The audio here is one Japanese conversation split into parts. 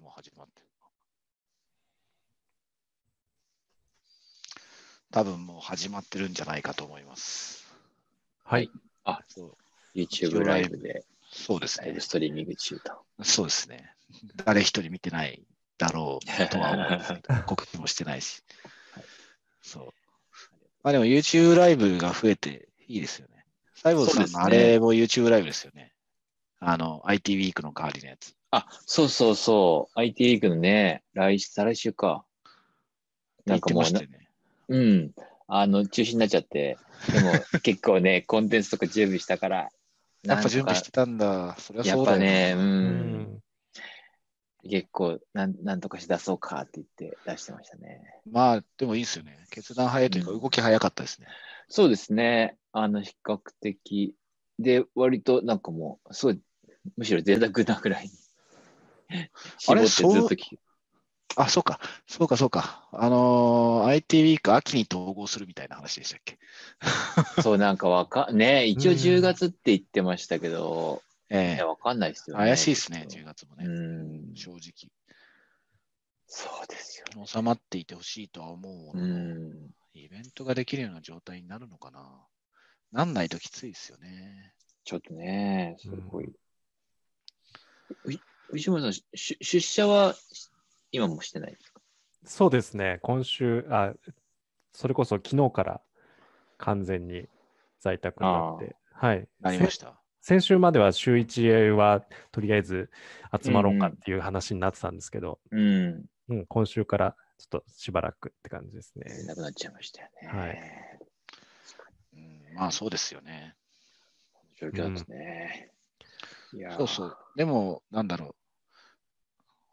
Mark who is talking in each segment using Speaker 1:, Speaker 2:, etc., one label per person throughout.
Speaker 1: も始まってる。多分もう始まってるんじゃないかと思います。
Speaker 2: はい。
Speaker 1: そう
Speaker 3: YouTube ライブで、
Speaker 1: そうです
Speaker 3: ライ
Speaker 1: ね
Speaker 3: ブ。ストリーミング中と。
Speaker 1: そうですね。誰一人見てないだろうとは思うんです けど、告知もしてないし。そう。まあでも YouTube ライブが増えていいですよね。サイボーズさんの
Speaker 3: そ
Speaker 1: あ
Speaker 3: うですね
Speaker 1: れも YouTube ライブですよね。あの、IT ウィークの代わりのやつ。
Speaker 3: あ、そうそうそう。IT リーグのね、来週、再来週か。な
Speaker 1: 言
Speaker 3: ん
Speaker 1: っ
Speaker 3: か
Speaker 1: て
Speaker 3: も
Speaker 1: ま
Speaker 3: う
Speaker 1: し
Speaker 3: な
Speaker 1: た、よね。
Speaker 3: うん。あの、中止になっちゃって。でも、 結構ね、コンテンツとか準備したから。
Speaker 1: やっ
Speaker 3: なん
Speaker 1: ぱ
Speaker 3: とか
Speaker 1: 準備してたんだ。それは
Speaker 3: や
Speaker 1: そ
Speaker 3: っ
Speaker 1: う
Speaker 3: ぱ
Speaker 1: だよ
Speaker 3: ね、う。。
Speaker 2: うん
Speaker 3: 結構なん、なんとかして出そうかって言って出してましたね。
Speaker 1: まあ、でもいいですよね。決断早いというか、
Speaker 3: うん
Speaker 1: 動き早かったですね。
Speaker 3: そうですね。あの、比較的。で、割となんかもう、すごい、むしろ贅沢なぐらいに。 絞ってずっ
Speaker 1: そう
Speaker 3: と聞き
Speaker 1: あ、そうか、そうか、そうか。あのー IT ウィーク秋に統合するみたいな話でしたっけ。
Speaker 3: そう、なんかわか、ね、一応
Speaker 2: うん
Speaker 3: 10月って言ってましたけど、
Speaker 1: え
Speaker 3: い
Speaker 1: え
Speaker 3: やわかんないですよね。
Speaker 1: 怪しいですね、
Speaker 3: ちょ
Speaker 1: 10
Speaker 3: っ
Speaker 1: 月も
Speaker 3: と
Speaker 1: ね。
Speaker 3: うん。
Speaker 1: 正直。
Speaker 3: そうですよ。
Speaker 1: 収まっていてほしいとは思うも
Speaker 3: う
Speaker 1: のの、
Speaker 3: ん。
Speaker 1: イベントができるような状態になるのかな。なんないときついですよね。
Speaker 3: ちょっとね、すごい。
Speaker 2: う
Speaker 3: う藤森さん、しし出社はし今もしてないですか
Speaker 2: そうですね。今週、あ、それこそ昨日から完全に在宅になって、はい。
Speaker 1: なりました。
Speaker 2: 先週までは週1はとりあえず集まろうかっていう話になってたんですけど、
Speaker 3: うん。
Speaker 2: うん今週からちょっとしばらくって感じですね。
Speaker 3: なくなっちゃいましたよね。
Speaker 2: はい
Speaker 1: うん、まあそうですよね。
Speaker 3: 状況ですね。いやー
Speaker 1: そうそう。。でも、なんだろ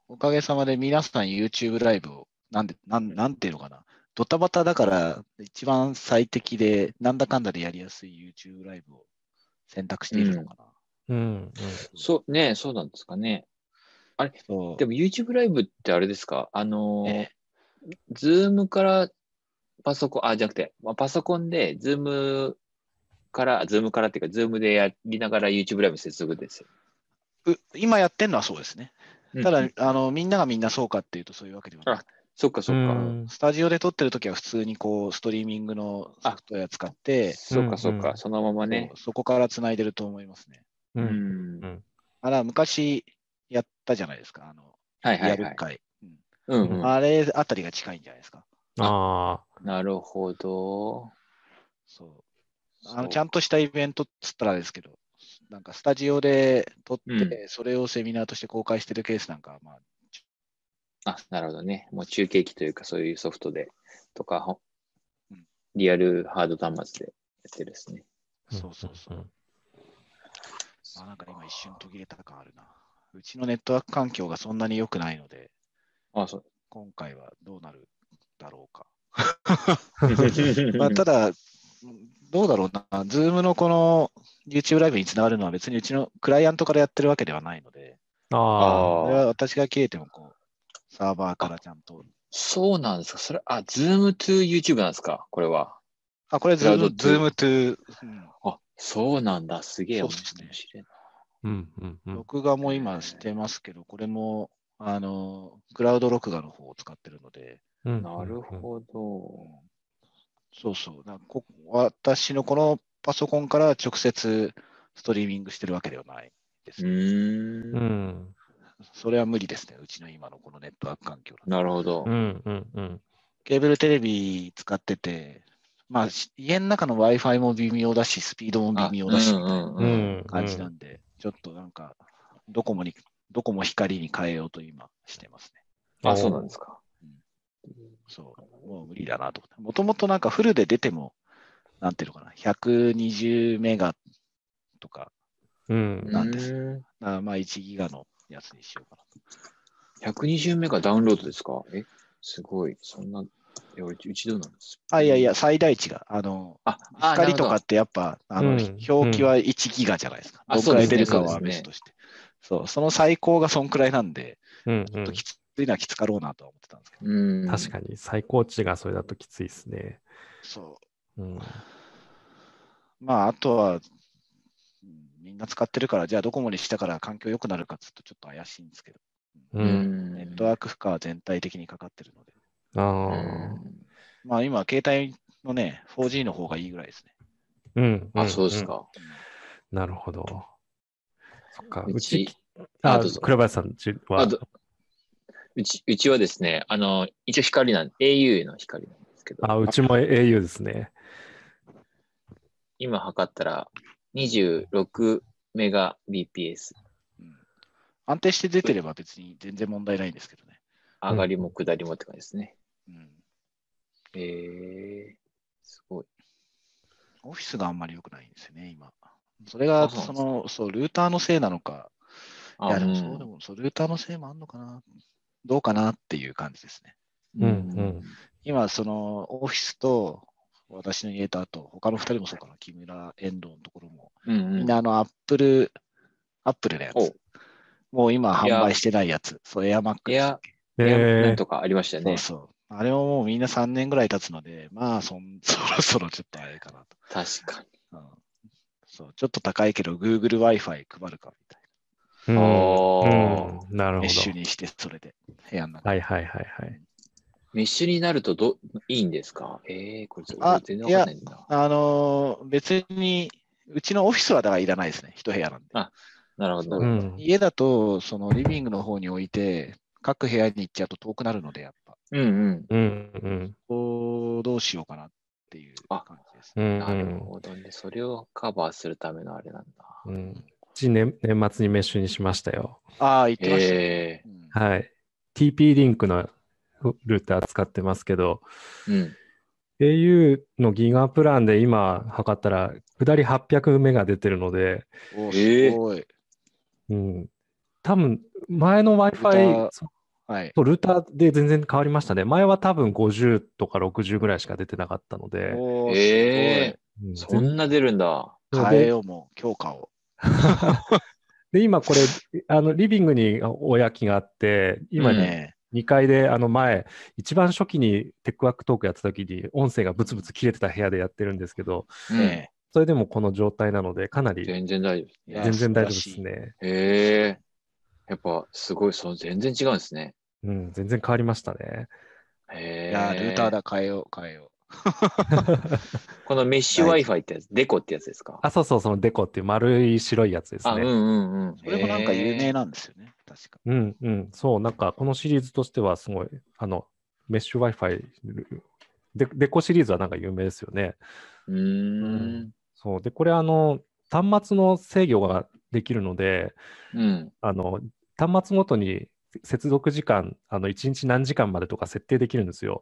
Speaker 1: う。おかげさまで皆さん YouTube ライブを、なんで、なんなんていうのかな。ドタバタだから、一番最適で、なんだかんだでやりやすい YouTube ライブを選択しているのかな。
Speaker 2: うん、うん。
Speaker 3: そう、ね、そうなんですかね。
Speaker 1: そう
Speaker 3: でも YouTube ライブってあれですかあのー、
Speaker 1: え
Speaker 3: ズームからパソコン、あ、じゃなくて、まあ、パソコンで、ズームから、ズームからっていうか、ズームでやりながら YouTube ライブ接続ですよ。
Speaker 1: う今やってるのはそうですね。
Speaker 3: うん
Speaker 1: ただ、あの、みんながみんなそうかっていうとそういうわけではなくて、
Speaker 3: そっかそっか。
Speaker 2: うん
Speaker 1: スタジオで撮ってるときは普通にこう、ストリーミングのソフトウェア使って、
Speaker 3: そっかそっか、
Speaker 2: うん
Speaker 3: そのままね
Speaker 1: そ。うそこから繋いでると思いますね。
Speaker 2: う
Speaker 3: うんん
Speaker 2: うん
Speaker 1: あら、昔やったじゃないですか、あの、
Speaker 3: はいは
Speaker 1: や
Speaker 3: い
Speaker 1: る
Speaker 3: は
Speaker 1: 会。
Speaker 3: い。うんうん、
Speaker 1: あれあたりが近いんじゃないですか。
Speaker 2: あ
Speaker 3: なるほど。
Speaker 1: そう。あのちゃんとしたイベントっつったらですけど、なんかスタジオで撮って、
Speaker 3: う
Speaker 1: それをセミナーとして公開してるケースなんかは、まあ、
Speaker 3: あ、なるほどね。もう中継機というか、そういうソフトでとか、ほ
Speaker 1: うん
Speaker 3: リアルハード端末でやってるですね。
Speaker 2: あ。
Speaker 1: そうそうそう。
Speaker 2: ん
Speaker 1: あなんか今一瞬途切れた感あるな。うちのネットワーク環境がそんなに良くないので、
Speaker 3: あ、そう。
Speaker 1: 今回はどうなるだろうか。ま
Speaker 3: ま
Speaker 1: あ、ただ、どうだろうな、ズームのこの YouTube ライブにつながるのは別にうちのクライアントからやってるわけではないので、
Speaker 2: ああ。
Speaker 1: これは私が切れてもこう、サーバーからちゃんと。
Speaker 3: そうなんですか。それ、あ、ズーム to YouTube なんですか、これは。
Speaker 1: あ、これズーム、ズ
Speaker 3: クラ
Speaker 1: ー
Speaker 3: ウド
Speaker 1: ムトゥ、
Speaker 3: あ、そうなんだ。すげえ
Speaker 1: そう
Speaker 3: 面
Speaker 1: っすね
Speaker 3: 白いな。
Speaker 2: うんうんう
Speaker 1: うんん、録画も今してますけど、これも、あの、クラウド録画の方を使ってるので、
Speaker 2: うん。
Speaker 3: なるほど。
Speaker 1: そうそう。だからこ私のこのパソコンから直接ストリーミングしてるわけではないです
Speaker 3: う
Speaker 1: ね、
Speaker 2: う
Speaker 3: ーん。
Speaker 2: ん。
Speaker 1: それは無理ですね。うちの今のこのネットワーク環境だと
Speaker 3: なるほど
Speaker 2: う。んうんうん。
Speaker 1: ケーブルテレビ使ってて、まあ、し家の中の Wi-Fi も微妙だし、スピードも
Speaker 3: あ
Speaker 1: 微妙だし、
Speaker 3: うんうん
Speaker 2: う
Speaker 3: うん。
Speaker 2: ん。
Speaker 1: 感じなんで、ちょっとなんか、ドコモに、ドコモ光に変えようと今してますね。
Speaker 3: あ、そうなんですか。
Speaker 1: そう、もう無理だなと思って。もともとなんかフルで出ても、なんていうのかな、120メガとか、
Speaker 2: うん。
Speaker 1: なんです
Speaker 3: う
Speaker 1: あまあ1ギガのやつにしようかなと。
Speaker 3: ーん。120メガダウンロードですかえ、すごい。そんな、え、俺、うちどうなんです
Speaker 1: あ、いやいや、最大値が、あの、
Speaker 3: あ、あ
Speaker 1: 光とか
Speaker 3: なるほど
Speaker 1: ってやっぱ、あの、
Speaker 2: うん
Speaker 1: 表記は1ギガじゃないですか。
Speaker 3: あ
Speaker 1: どんくらい出るか
Speaker 3: そ
Speaker 1: は
Speaker 3: うですね
Speaker 1: 別として。そう、その最高がそんくらいなんで、
Speaker 2: うん
Speaker 1: ちょっときついのはきつかろうなとは思ってたんですけど。
Speaker 3: うん。
Speaker 2: 確かに最高値がそれだときついですね。
Speaker 1: そ
Speaker 2: うん。
Speaker 1: う。まあ、あとは、うんみんな使ってるから、じゃあドコモにしたから環境良くなるかっつうとちょっと怪しいんですけど。
Speaker 2: う。
Speaker 3: うんん
Speaker 1: ネットワーク負荷は全体的にかかってるので。
Speaker 3: う
Speaker 2: あ
Speaker 3: ん
Speaker 1: まあ今、携帯のね、4G の方がいいぐらいですね。
Speaker 2: あ。うん。
Speaker 3: あ、
Speaker 2: ん
Speaker 3: そうです。か。
Speaker 2: んなるほど。そっか。
Speaker 3: う
Speaker 2: う
Speaker 3: ち
Speaker 2: ち、、あ、
Speaker 3: あどうぞ
Speaker 2: 倉林さんちは
Speaker 3: あ、どうち、うちはですね、あの、一応光なん、au の光なんですけど、
Speaker 2: あ、うちも au ですね。
Speaker 3: 今測ったら26メガ BPS。
Speaker 1: うん安定して出てれば別に全然問題ないんですけどね。
Speaker 3: 上がりも下りもって感じですね。
Speaker 1: うん、
Speaker 3: ええすごい。
Speaker 1: オフィスがあんまり良くないんですよね、今。それが、
Speaker 3: あそうなん
Speaker 1: そ
Speaker 3: ですか
Speaker 1: の、そう、ルーターのせいなのか、い
Speaker 3: あ
Speaker 1: や、で
Speaker 3: う
Speaker 1: も
Speaker 3: ん
Speaker 1: そうでも、そう、ルーターのせいもあんのかな、どうかなっていう感じですね。
Speaker 2: うんうん
Speaker 1: 今、その、オフィスと、私の家と、あと、他の2人もそうかな、木村、遠藤のところも、
Speaker 3: うんうん
Speaker 1: みんなあの、アップル、アップルのや
Speaker 3: お
Speaker 1: つ。もう今
Speaker 3: い
Speaker 1: 販
Speaker 3: や
Speaker 1: 売してないやつ。そう、エアマック
Speaker 3: エ
Speaker 1: で
Speaker 3: ア
Speaker 1: す。、
Speaker 3: エアなん
Speaker 2: えー
Speaker 3: とかありましたよ
Speaker 1: そ
Speaker 3: ね
Speaker 1: う。そう。あれももうみんな3年ぐらい経つので、まあそん、 そろそろちょっとあれかなと。
Speaker 3: 確か
Speaker 1: うん、そう、ちょっと高いけど Google Wi-Fi 配るかみたい
Speaker 2: うん
Speaker 3: おー
Speaker 2: うんなる
Speaker 1: な。
Speaker 2: ほ
Speaker 1: メッシュ
Speaker 2: ど。
Speaker 1: にして、それで部屋の中。
Speaker 2: はいはいはいはい。
Speaker 3: に。メッシュになるとど、いいんですかええこれちょっ
Speaker 1: あ
Speaker 3: と全然わかんないんだ。
Speaker 1: あのー別に、うちのオフィスはだからいらないですね。一部屋なんで。
Speaker 3: あなるほど。
Speaker 2: う
Speaker 3: なる
Speaker 2: ん。
Speaker 1: 家だと、そのリビングの方に置いて、各部屋に行っちゃうと遠くなるので、やっぱ、
Speaker 3: ほどうん
Speaker 2: うん
Speaker 1: こうどうしようかなっていう
Speaker 3: あ
Speaker 1: 感じです
Speaker 2: うん。う。
Speaker 3: うん。
Speaker 2: ん
Speaker 3: なるほどね。それをカバーするためのあれなんだ。
Speaker 2: うん。うち年年末にメッシュにしましたよ。
Speaker 1: ああ、言ってましたね。
Speaker 3: ええ
Speaker 1: うん
Speaker 2: はい。TP リンクのルーター使ってますけど、
Speaker 3: うん。
Speaker 2: au のギガプランで今測ったら、下り800メガ出てるので、
Speaker 1: お
Speaker 3: ええ
Speaker 1: すごい。
Speaker 2: うん。多分、前の
Speaker 1: ルータ
Speaker 2: Wi-Fi
Speaker 1: ー、はい。
Speaker 2: そうルーターで全然変わりましたね。前は多分50とか60ぐらいしか出てなかったので、
Speaker 1: おー
Speaker 3: え
Speaker 2: うん
Speaker 3: そんな出るんだ。
Speaker 1: すごい
Speaker 2: 全
Speaker 1: 変え
Speaker 2: で
Speaker 1: ようもう、強化を。
Speaker 2: で、今これ、あの、リビングに親機があって、今
Speaker 3: うん
Speaker 2: ね、
Speaker 1: ね
Speaker 2: 2階で、あの前、一番初期にテックワークトークやった時に、音声がブツブツ切れてた部屋でやってるんですけど、
Speaker 1: え、
Speaker 3: うん
Speaker 1: ね
Speaker 2: それでもこの状態なので、かなり
Speaker 3: 全然大丈夫。
Speaker 1: えいや
Speaker 2: 全然大丈夫で
Speaker 1: 素
Speaker 2: す
Speaker 1: 晴らしい
Speaker 2: ね。
Speaker 3: ええやっぱすごい、その全然違うんですね。
Speaker 2: うん、全然変わりましたね。
Speaker 3: ええ
Speaker 1: いや、ルーターだ、変えよう、変えよ
Speaker 3: このメッシュ Wi-Fi ってやつ、デコってやつですか
Speaker 2: あ、そうそう、そのデコっていう丸い白いやつです
Speaker 3: あ、うん
Speaker 2: ね。
Speaker 3: うんうん。
Speaker 1: う。それもなんか有名
Speaker 3: な。
Speaker 1: なんですよね、確か。
Speaker 2: うん、うん、そう、なんかこのシリーズとしてはすごい、あの、メッシュ Wi-Fi、デデコシリーズはなんか有名ですよね。
Speaker 3: うーん。
Speaker 2: そう、で、これあの、端末の制御ができるので、
Speaker 3: うん。
Speaker 2: あの、端末ごとに接続時間、あの、1日何時間までとか設定できるんですよ。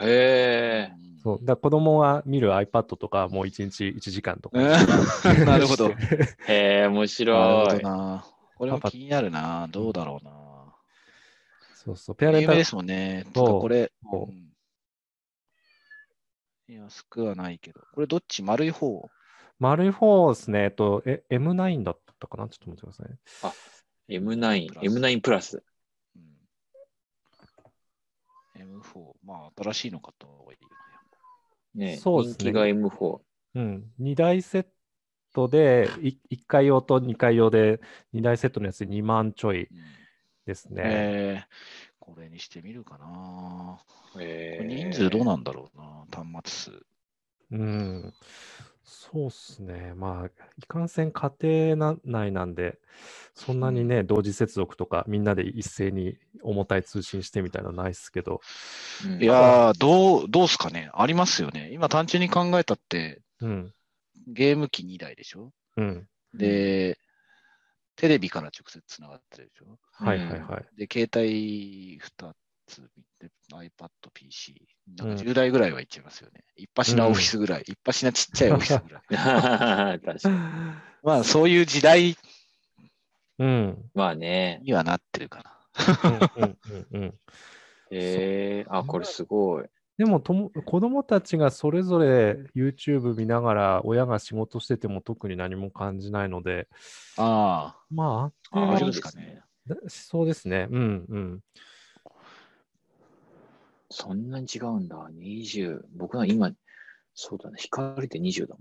Speaker 3: へえ。
Speaker 1: うん
Speaker 2: そう、 だから子供が見る iPad とか、もう1日1時間とか。
Speaker 1: うんなるほど。
Speaker 2: し
Speaker 1: なる
Speaker 2: て
Speaker 3: へえ、面白
Speaker 1: ほど
Speaker 3: い。
Speaker 1: な。これも気になるな。どうだろうな。
Speaker 2: そうそう、ペアレン
Speaker 1: 有
Speaker 2: タ
Speaker 1: 名
Speaker 2: ル
Speaker 1: で、すもんね。
Speaker 2: そう
Speaker 1: てかこれ、
Speaker 2: そう
Speaker 1: うんいや安くはないけど。これどっち丸い方
Speaker 2: 丸い方ですね、えっと、え M9 だったかなちょっと待ってくださいね。
Speaker 3: M9
Speaker 1: プ、ラス
Speaker 3: M9 プラス。
Speaker 1: うん ?M4。まあ、新しいの買った方がいいよね。
Speaker 3: ね、
Speaker 2: そうです
Speaker 3: 人
Speaker 2: ね
Speaker 3: 気が M4。
Speaker 2: うん、2台セットで、1回用と2回用で、2台セットのやつで2万ちょ
Speaker 1: う
Speaker 2: い
Speaker 1: ん
Speaker 2: ですね。
Speaker 1: えーこれにしてみるかな。
Speaker 3: へえ。
Speaker 1: 人数どうなんだろうな、端末数。
Speaker 2: うん、そうっすね。まあ、いかんせん家庭な内なんで、そんなにね、同時接続とか、みんなで一斉に重たい通信してみたいなのないっすけど、
Speaker 3: うん
Speaker 1: いやー、どう、どうすかね。ありますよね。今単純に考えたって、
Speaker 2: うん、
Speaker 1: ゲーム機2台でしょ
Speaker 2: うん、
Speaker 1: で、テレビから直接つながってるでしょ
Speaker 2: はいはいはい。
Speaker 1: で、携帯2つ、で iPad、PC。なん
Speaker 2: うん
Speaker 1: か10台ぐらいはいっちゃいますよね。一発なオフィスぐらい、一発なちっちゃいオフィスぐらい。
Speaker 3: い。 確かに。
Speaker 1: まあ、そういう時代
Speaker 2: うん、うん、
Speaker 3: まあね。
Speaker 1: にはなってるかな。
Speaker 2: うん、うん、うん。
Speaker 3: へえ。あ、これすごい。
Speaker 2: でもとも、子供たちがそれぞれ YouTube 見ながら、親が仕事してても特に何も感じないので、
Speaker 1: あ
Speaker 2: まあ、
Speaker 1: あ、
Speaker 3: あ
Speaker 1: 大丈夫で
Speaker 3: そうですす
Speaker 1: か
Speaker 3: ね
Speaker 1: ね。
Speaker 2: しそうですね。うん、うん。
Speaker 3: そんなに違うんだ。20。僕は今、そうだね。光って20だも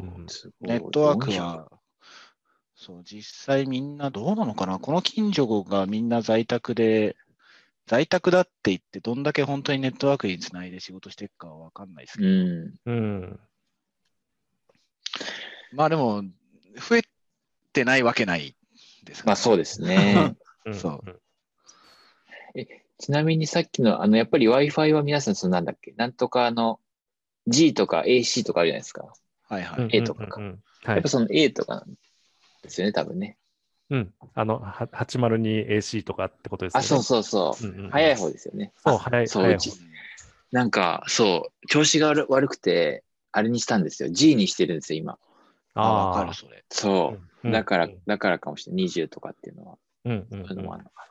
Speaker 3: んな。
Speaker 2: うん
Speaker 3: すごい
Speaker 1: ネットワークは、そう、実際みんなどうなのかなこの近所がみんな在宅で、在宅だって言って、どんだけ本当にネットワークにつないで仕事していくかはわかんないですけ
Speaker 3: う
Speaker 1: ど、
Speaker 3: ん。
Speaker 2: うん。
Speaker 1: まあでも、増えてないわけないです
Speaker 3: まあそう
Speaker 1: で
Speaker 3: ですね。
Speaker 2: うん
Speaker 1: そ
Speaker 3: ちなみにさっきの、あの、やっぱり Wi-Fi は皆さん、そのなんだっけ、なんとかあの、G とか AC とかあるじゃないですか。
Speaker 1: す。はいは
Speaker 2: うん。
Speaker 1: い。
Speaker 3: 絵とかか
Speaker 2: うんうんうん
Speaker 3: や
Speaker 2: は
Speaker 3: っ
Speaker 2: い
Speaker 3: ぱ。その A とかなんですよね、多分ね。
Speaker 2: うん。あの、は 802AC とかってことですよ
Speaker 3: あ、
Speaker 2: ね。
Speaker 3: そうそうそう。
Speaker 2: うんうん
Speaker 3: 早い方ですよね。
Speaker 2: そう、早い。
Speaker 3: そう
Speaker 2: 早い
Speaker 3: ちなんか、そう、調子が悪悪くて、あれにしたんですよ。G にしてるんですよ、今。
Speaker 1: ああ、わかる、
Speaker 2: ー
Speaker 1: それ。
Speaker 3: そうう。
Speaker 2: ん
Speaker 3: だから
Speaker 2: うん、
Speaker 3: だからかもしれない。20とかっていうのは、
Speaker 2: うんうん
Speaker 3: そういう
Speaker 2: う
Speaker 3: の
Speaker 2: ん
Speaker 3: もあ
Speaker 2: わ
Speaker 3: るのかな。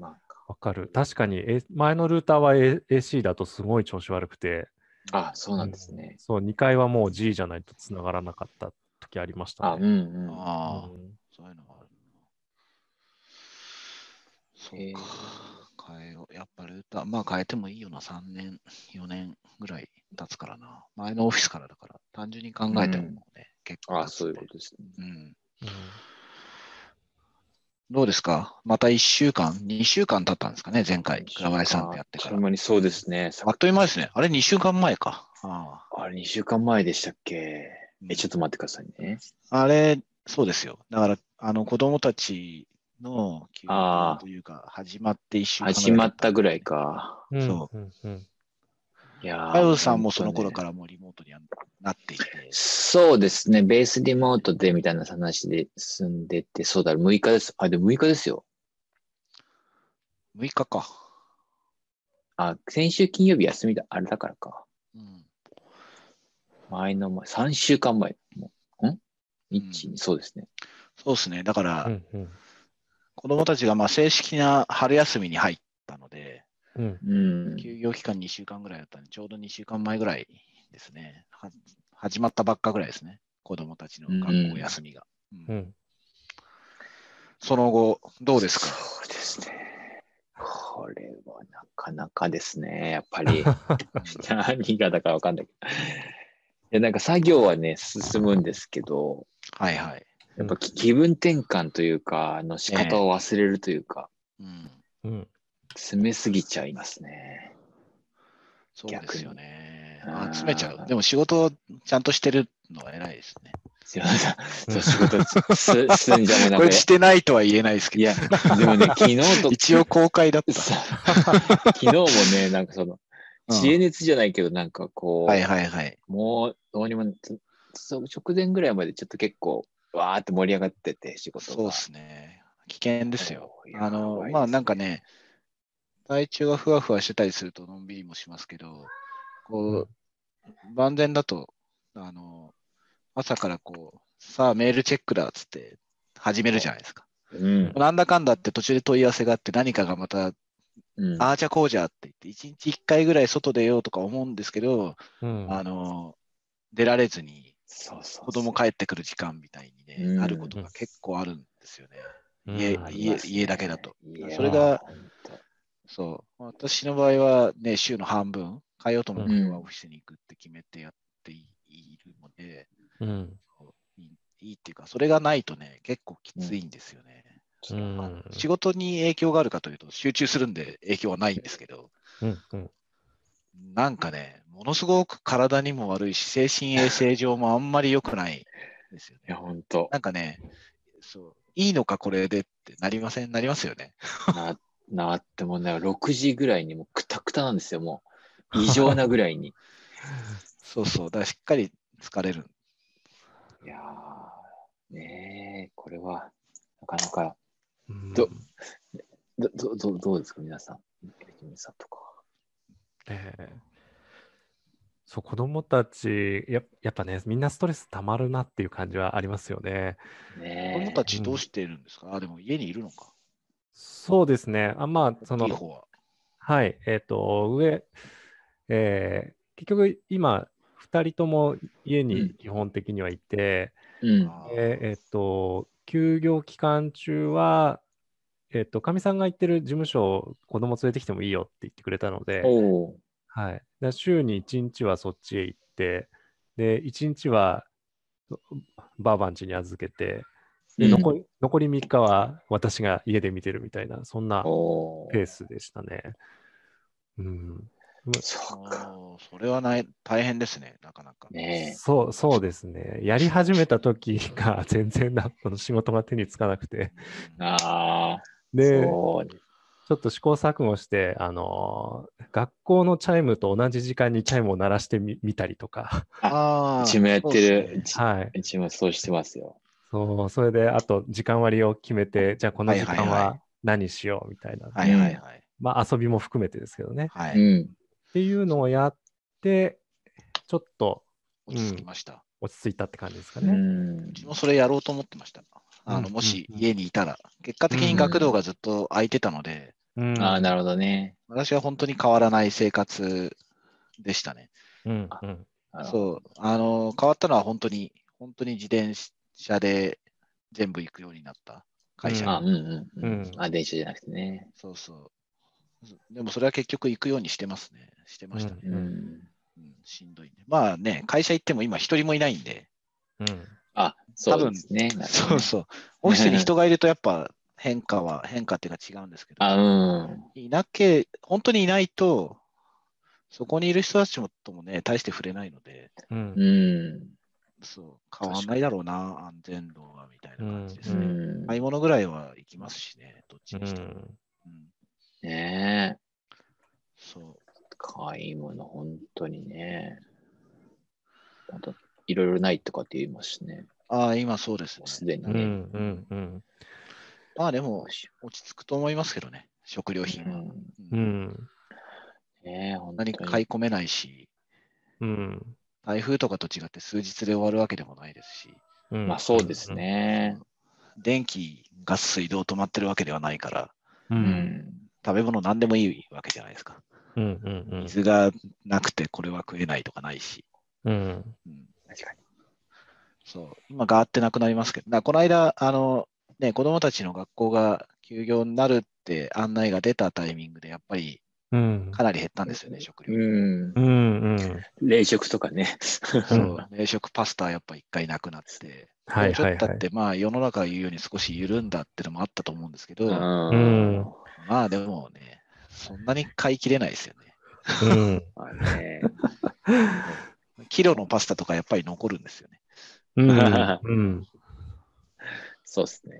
Speaker 3: ま
Speaker 2: かる。確かに、え前のルーターは A- AC だとすごい調子悪くて、
Speaker 3: あ、あ、そうなんですね。
Speaker 2: そう、2階はもう G じゃないと繋がらなかった時ありました
Speaker 3: あ、
Speaker 2: ね
Speaker 3: うん。うん。
Speaker 1: ああ、
Speaker 2: うん
Speaker 1: そういうのがあるな。
Speaker 3: えー
Speaker 1: そうか。変えよう。やっぱルーター、まあ変えてもいいよな。3年、4年ぐらい経つからな。前のオフィスからだから、単純に考えてもね、結構。
Speaker 3: ああ、そういうことですね。
Speaker 1: うん。
Speaker 2: うん
Speaker 1: どうですかまた1週間、2週間経ったんですかね、前回、倉林さんとやってか
Speaker 3: ほ
Speaker 1: ら
Speaker 3: ん。まにそうですね。さ
Speaker 1: あっという間ですね。あれ、2週間前か。あ
Speaker 3: あれ、2週間前でしたっけ
Speaker 1: うん
Speaker 3: え、ちょっと待ってくださいね。
Speaker 1: ああれ、そうですよ。だから、あの、子供たちの休
Speaker 3: あ
Speaker 1: 校と
Speaker 3: ー
Speaker 1: いうか、始まって1週間ぐらい。
Speaker 3: 始まったぐらい。か。
Speaker 2: うん
Speaker 1: そ
Speaker 2: うんうん
Speaker 3: いやー
Speaker 1: カヨさんもその頃
Speaker 3: 本当ね
Speaker 1: からもうリモートになっていて。
Speaker 3: そうですね。ベースリモートでみたいな話で進んでて、そうだ、6日です。あ、でも6日ですよ。
Speaker 1: 6日か。
Speaker 3: あ、先週金曜日休みだ。あれだからか。
Speaker 1: うん。
Speaker 3: 前の前、3週間前。もうん
Speaker 1: うん
Speaker 3: ?1、2そうですね。
Speaker 1: そうですね。だから、
Speaker 2: うんうん
Speaker 1: 子供たちがまあ正式な春休みに入ったので、
Speaker 2: うん
Speaker 3: うん。
Speaker 1: 休業期間2週間ぐらいだったんで、ちょうど2週間前ぐらいですね。は始まったばっかぐらいですね。子供たちの学校休みが。う
Speaker 2: うんん
Speaker 1: その後、どうですか
Speaker 3: そうですね。これはなかなかですね、やっ ぱり。何がだかわかんないけど。いや、なんか作業はね、進むんですけど、
Speaker 1: はいはい。
Speaker 3: やっぱ気気分転換というか、あの仕方を忘れるというか、
Speaker 1: うん。
Speaker 2: うん
Speaker 3: 詰めすぎちゃいますね。
Speaker 1: そうですよね。
Speaker 3: 逆に
Speaker 1: あ詰めちゃ
Speaker 3: あ
Speaker 1: う。
Speaker 3: ー
Speaker 1: でも仕事をちゃんとしてるのは偉いですね。
Speaker 3: すいません。そう仕事す、すんじゃもうな
Speaker 1: こ
Speaker 3: んか
Speaker 1: れしてないとは言えないですけ
Speaker 3: い
Speaker 1: ど。、
Speaker 3: や、でもね、昨日 と
Speaker 1: 一応公開だった。
Speaker 3: さ 昨日もね、なんかその、
Speaker 1: うん
Speaker 3: 知恵熱じゃないけど、なんかこう、
Speaker 1: はいはいはい。
Speaker 3: もうどうにも、つそう直前ぐらいまでちょっと結構、わーって盛り上がってて、仕事が。
Speaker 1: そうですね。危険ですよ。
Speaker 3: そう。や
Speaker 1: あの
Speaker 3: ばい、です
Speaker 1: まあなんかね、体調がふわふわしてたりするとのんびりもしますけど、こう、万全だと、あの、朝からこう、さあメールチェックだっつって始めるじゃないですか。
Speaker 3: うん。
Speaker 1: なんだかんだって途中で問い合わせがあって何かがまた、
Speaker 3: うん、
Speaker 1: あーじゃこうじゃって言って、一日一回ぐらい外出ようとか思うんですけど、
Speaker 2: うん
Speaker 1: あの、出られずに
Speaker 3: そうそうそう
Speaker 1: 子供帰ってくる時間みたいにね、
Speaker 3: うん
Speaker 1: あることが結構あるんですよね。
Speaker 2: うん
Speaker 1: 家
Speaker 3: あり
Speaker 1: 家
Speaker 3: ますね
Speaker 1: 家だけだと。
Speaker 3: いやー
Speaker 1: それが
Speaker 3: ほんと
Speaker 1: そう。私の場合はね、週の半分、通うとも今日は
Speaker 3: うん
Speaker 1: オフィスに行くって決めてやっているので、
Speaker 2: うん
Speaker 1: いいいいっていうか、それがないとね、結構きついんですよね。
Speaker 2: うんうん
Speaker 1: 仕事に影響があるかというと、集中するんで影響はないんですけど、
Speaker 2: うんうん
Speaker 1: なんかね、ものすごく体にも悪いし、精神衛生上もあんまり良くないんですよ
Speaker 3: いや、
Speaker 1: ね。
Speaker 3: ほんと。
Speaker 1: なんかね、そう、いいのかこれでってなりません、なりますよね。
Speaker 3: な、なってもね、6時ぐらいにもうくたくたなんですよ、もう。異常なぐらい に。
Speaker 1: そうそう、だからしっかり疲れる。
Speaker 3: いやー、ねえ、これは、なかなか、
Speaker 2: うん
Speaker 3: どど、ど、どどうですか、皆さん。皆さんとか。
Speaker 2: ええそう子供たちや、やっぱね、みんなストレスたまるなっていう感じはありますよね。
Speaker 1: 子
Speaker 3: ねえ。
Speaker 1: 供たちどうしてるんですか、あ、でも家にいるのか。
Speaker 2: そうですね。あまあ、そ
Speaker 1: 大きい
Speaker 2: の、
Speaker 1: 方は。
Speaker 2: はい、えっ、と、上、えー結局今、2人とも家
Speaker 3: う
Speaker 2: に
Speaker 3: ん
Speaker 2: 基本的にはいて、
Speaker 3: うん。
Speaker 1: あー
Speaker 2: でえっ、と、休業期間中は、えっ、と、かみさんが行ってる事務所、子供連れてきてもいいよって言ってくれたので、
Speaker 3: おう
Speaker 2: はい。だから週に1日はそっちへ行って、で、1日はそバーバンチに預けて、で
Speaker 3: うん
Speaker 2: 残り残り3日は私が家で見てるみたいな、そんな
Speaker 3: お
Speaker 2: ペー
Speaker 3: ー。
Speaker 2: スでしたね。うん、
Speaker 3: そうか。
Speaker 1: おーそれはない大変ですね、なかなか。
Speaker 3: ね
Speaker 2: そうそうですね。やり始めた時が全然なその仕事が手につかなくて。
Speaker 3: え。ああ。
Speaker 2: で、ちょ
Speaker 3: そう
Speaker 2: っと試行錯誤して、あのー学校のチャイムと同じ時間にチャイムを鳴らしてみ見たりとか。
Speaker 1: あ
Speaker 3: う
Speaker 1: ー
Speaker 3: ちもやって
Speaker 1: そう
Speaker 3: る。
Speaker 1: です
Speaker 3: う
Speaker 1: ね
Speaker 3: ち
Speaker 2: はい。
Speaker 3: うちもそうしてますよ。
Speaker 2: そう、それで、あと、時間割を決めて、じゃあ、この
Speaker 1: はい
Speaker 2: 時
Speaker 1: はい
Speaker 2: 間
Speaker 1: はい
Speaker 2: は何しようみたいな。
Speaker 1: はいはいはい。
Speaker 2: まあ、遊びも含めてですけどね。
Speaker 1: は
Speaker 3: う
Speaker 1: い。
Speaker 3: ん。
Speaker 2: っていうのをやって、ちょっと
Speaker 1: 落ち着きました。
Speaker 2: 落ち着いたって感じですか
Speaker 3: う
Speaker 2: ね。
Speaker 3: ん
Speaker 1: うちもそれやろうと思ってました。あ
Speaker 2: う
Speaker 1: の
Speaker 2: ん
Speaker 1: もし
Speaker 2: うん
Speaker 1: 家にいたら、結果的に学童がずっと空いてたので、
Speaker 2: うん。
Speaker 3: ああ、なるほどね。
Speaker 1: 私は本当に変わらない生活でしたね。
Speaker 2: うんうん
Speaker 3: あの
Speaker 1: そう、あの、変わったのは本当に、本当に自転車で全部行くようになった会社。
Speaker 2: うん
Speaker 3: あ、うんうんう
Speaker 2: うん
Speaker 3: ん。あ、電車じゃなくてね。
Speaker 1: そうそう。でもそれは結局行くようにしてますね。してましたね。
Speaker 3: う
Speaker 2: う
Speaker 3: んん。
Speaker 1: うんしんどいね。まあね、会社行っても今一人もいないんで、
Speaker 2: うん
Speaker 3: あ、そうですね。なるほ
Speaker 1: そう
Speaker 3: どね
Speaker 1: そう。オフィスに人がいるとやっぱ変化は、変化っていうか違うんですけど、
Speaker 3: あ、うん。
Speaker 1: いなけ、本当にいないと、そこにいる人たちもともね、大して触れないので、
Speaker 2: うん
Speaker 3: うん。
Speaker 1: そう、変わんないだろうな、安全度は、みたいな感じです
Speaker 3: う
Speaker 1: ね。
Speaker 3: ん。
Speaker 1: 買い物ぐらいは行きますしね、どっちにしても。うん
Speaker 3: ねえ。
Speaker 1: そう。
Speaker 3: 買い物、本当にね。本当いろいろないとかって言いますしね。
Speaker 1: ああ、今そうですね。
Speaker 3: すで
Speaker 2: う
Speaker 3: に
Speaker 2: んう
Speaker 3: ね。
Speaker 2: んうん
Speaker 1: まあでも、落ち着くと思いますけどね、食料品は。
Speaker 2: う
Speaker 1: うん
Speaker 2: ん
Speaker 3: ねえ、本当
Speaker 1: 何
Speaker 3: に。
Speaker 1: か買い込めないし、
Speaker 2: うん
Speaker 1: 台風とかと違って数日で終わるわけでもないですし、
Speaker 2: うん
Speaker 3: まあそうですね。
Speaker 1: 電気、ガス、水道止まってるわけではないから、
Speaker 2: う
Speaker 3: うんん。
Speaker 1: 食べ物何でもいいわけじゃないですか。
Speaker 2: うんうん
Speaker 1: 水がなくてこれは食えないとかないし。
Speaker 2: うんうん
Speaker 1: うん、
Speaker 3: 確かに。
Speaker 1: そう今、ガーってなくなりますけど、だからこの間、あのね、子どもたちの学校が休業になるって案内が出たタイミングで、やっぱり
Speaker 2: うん
Speaker 1: かなり減ったんですよね、食料。
Speaker 3: うん
Speaker 2: う。んうん
Speaker 3: 冷食とかね。
Speaker 1: そう冷食パスタやっぱ一回なくなって、
Speaker 2: はい
Speaker 1: ちょ
Speaker 2: は
Speaker 1: っ
Speaker 2: い
Speaker 1: と
Speaker 2: は
Speaker 1: 経っ
Speaker 2: い
Speaker 1: て、まあ世の中が言うように少し緩んだってのもあったと思うんですけど、
Speaker 2: うん
Speaker 1: まあでもね、そんなに買い切れないですよ
Speaker 2: うん
Speaker 3: まあね。
Speaker 1: ね。キロのパスタとかやっぱり残るんですよね。
Speaker 2: うんうん
Speaker 3: そうですね。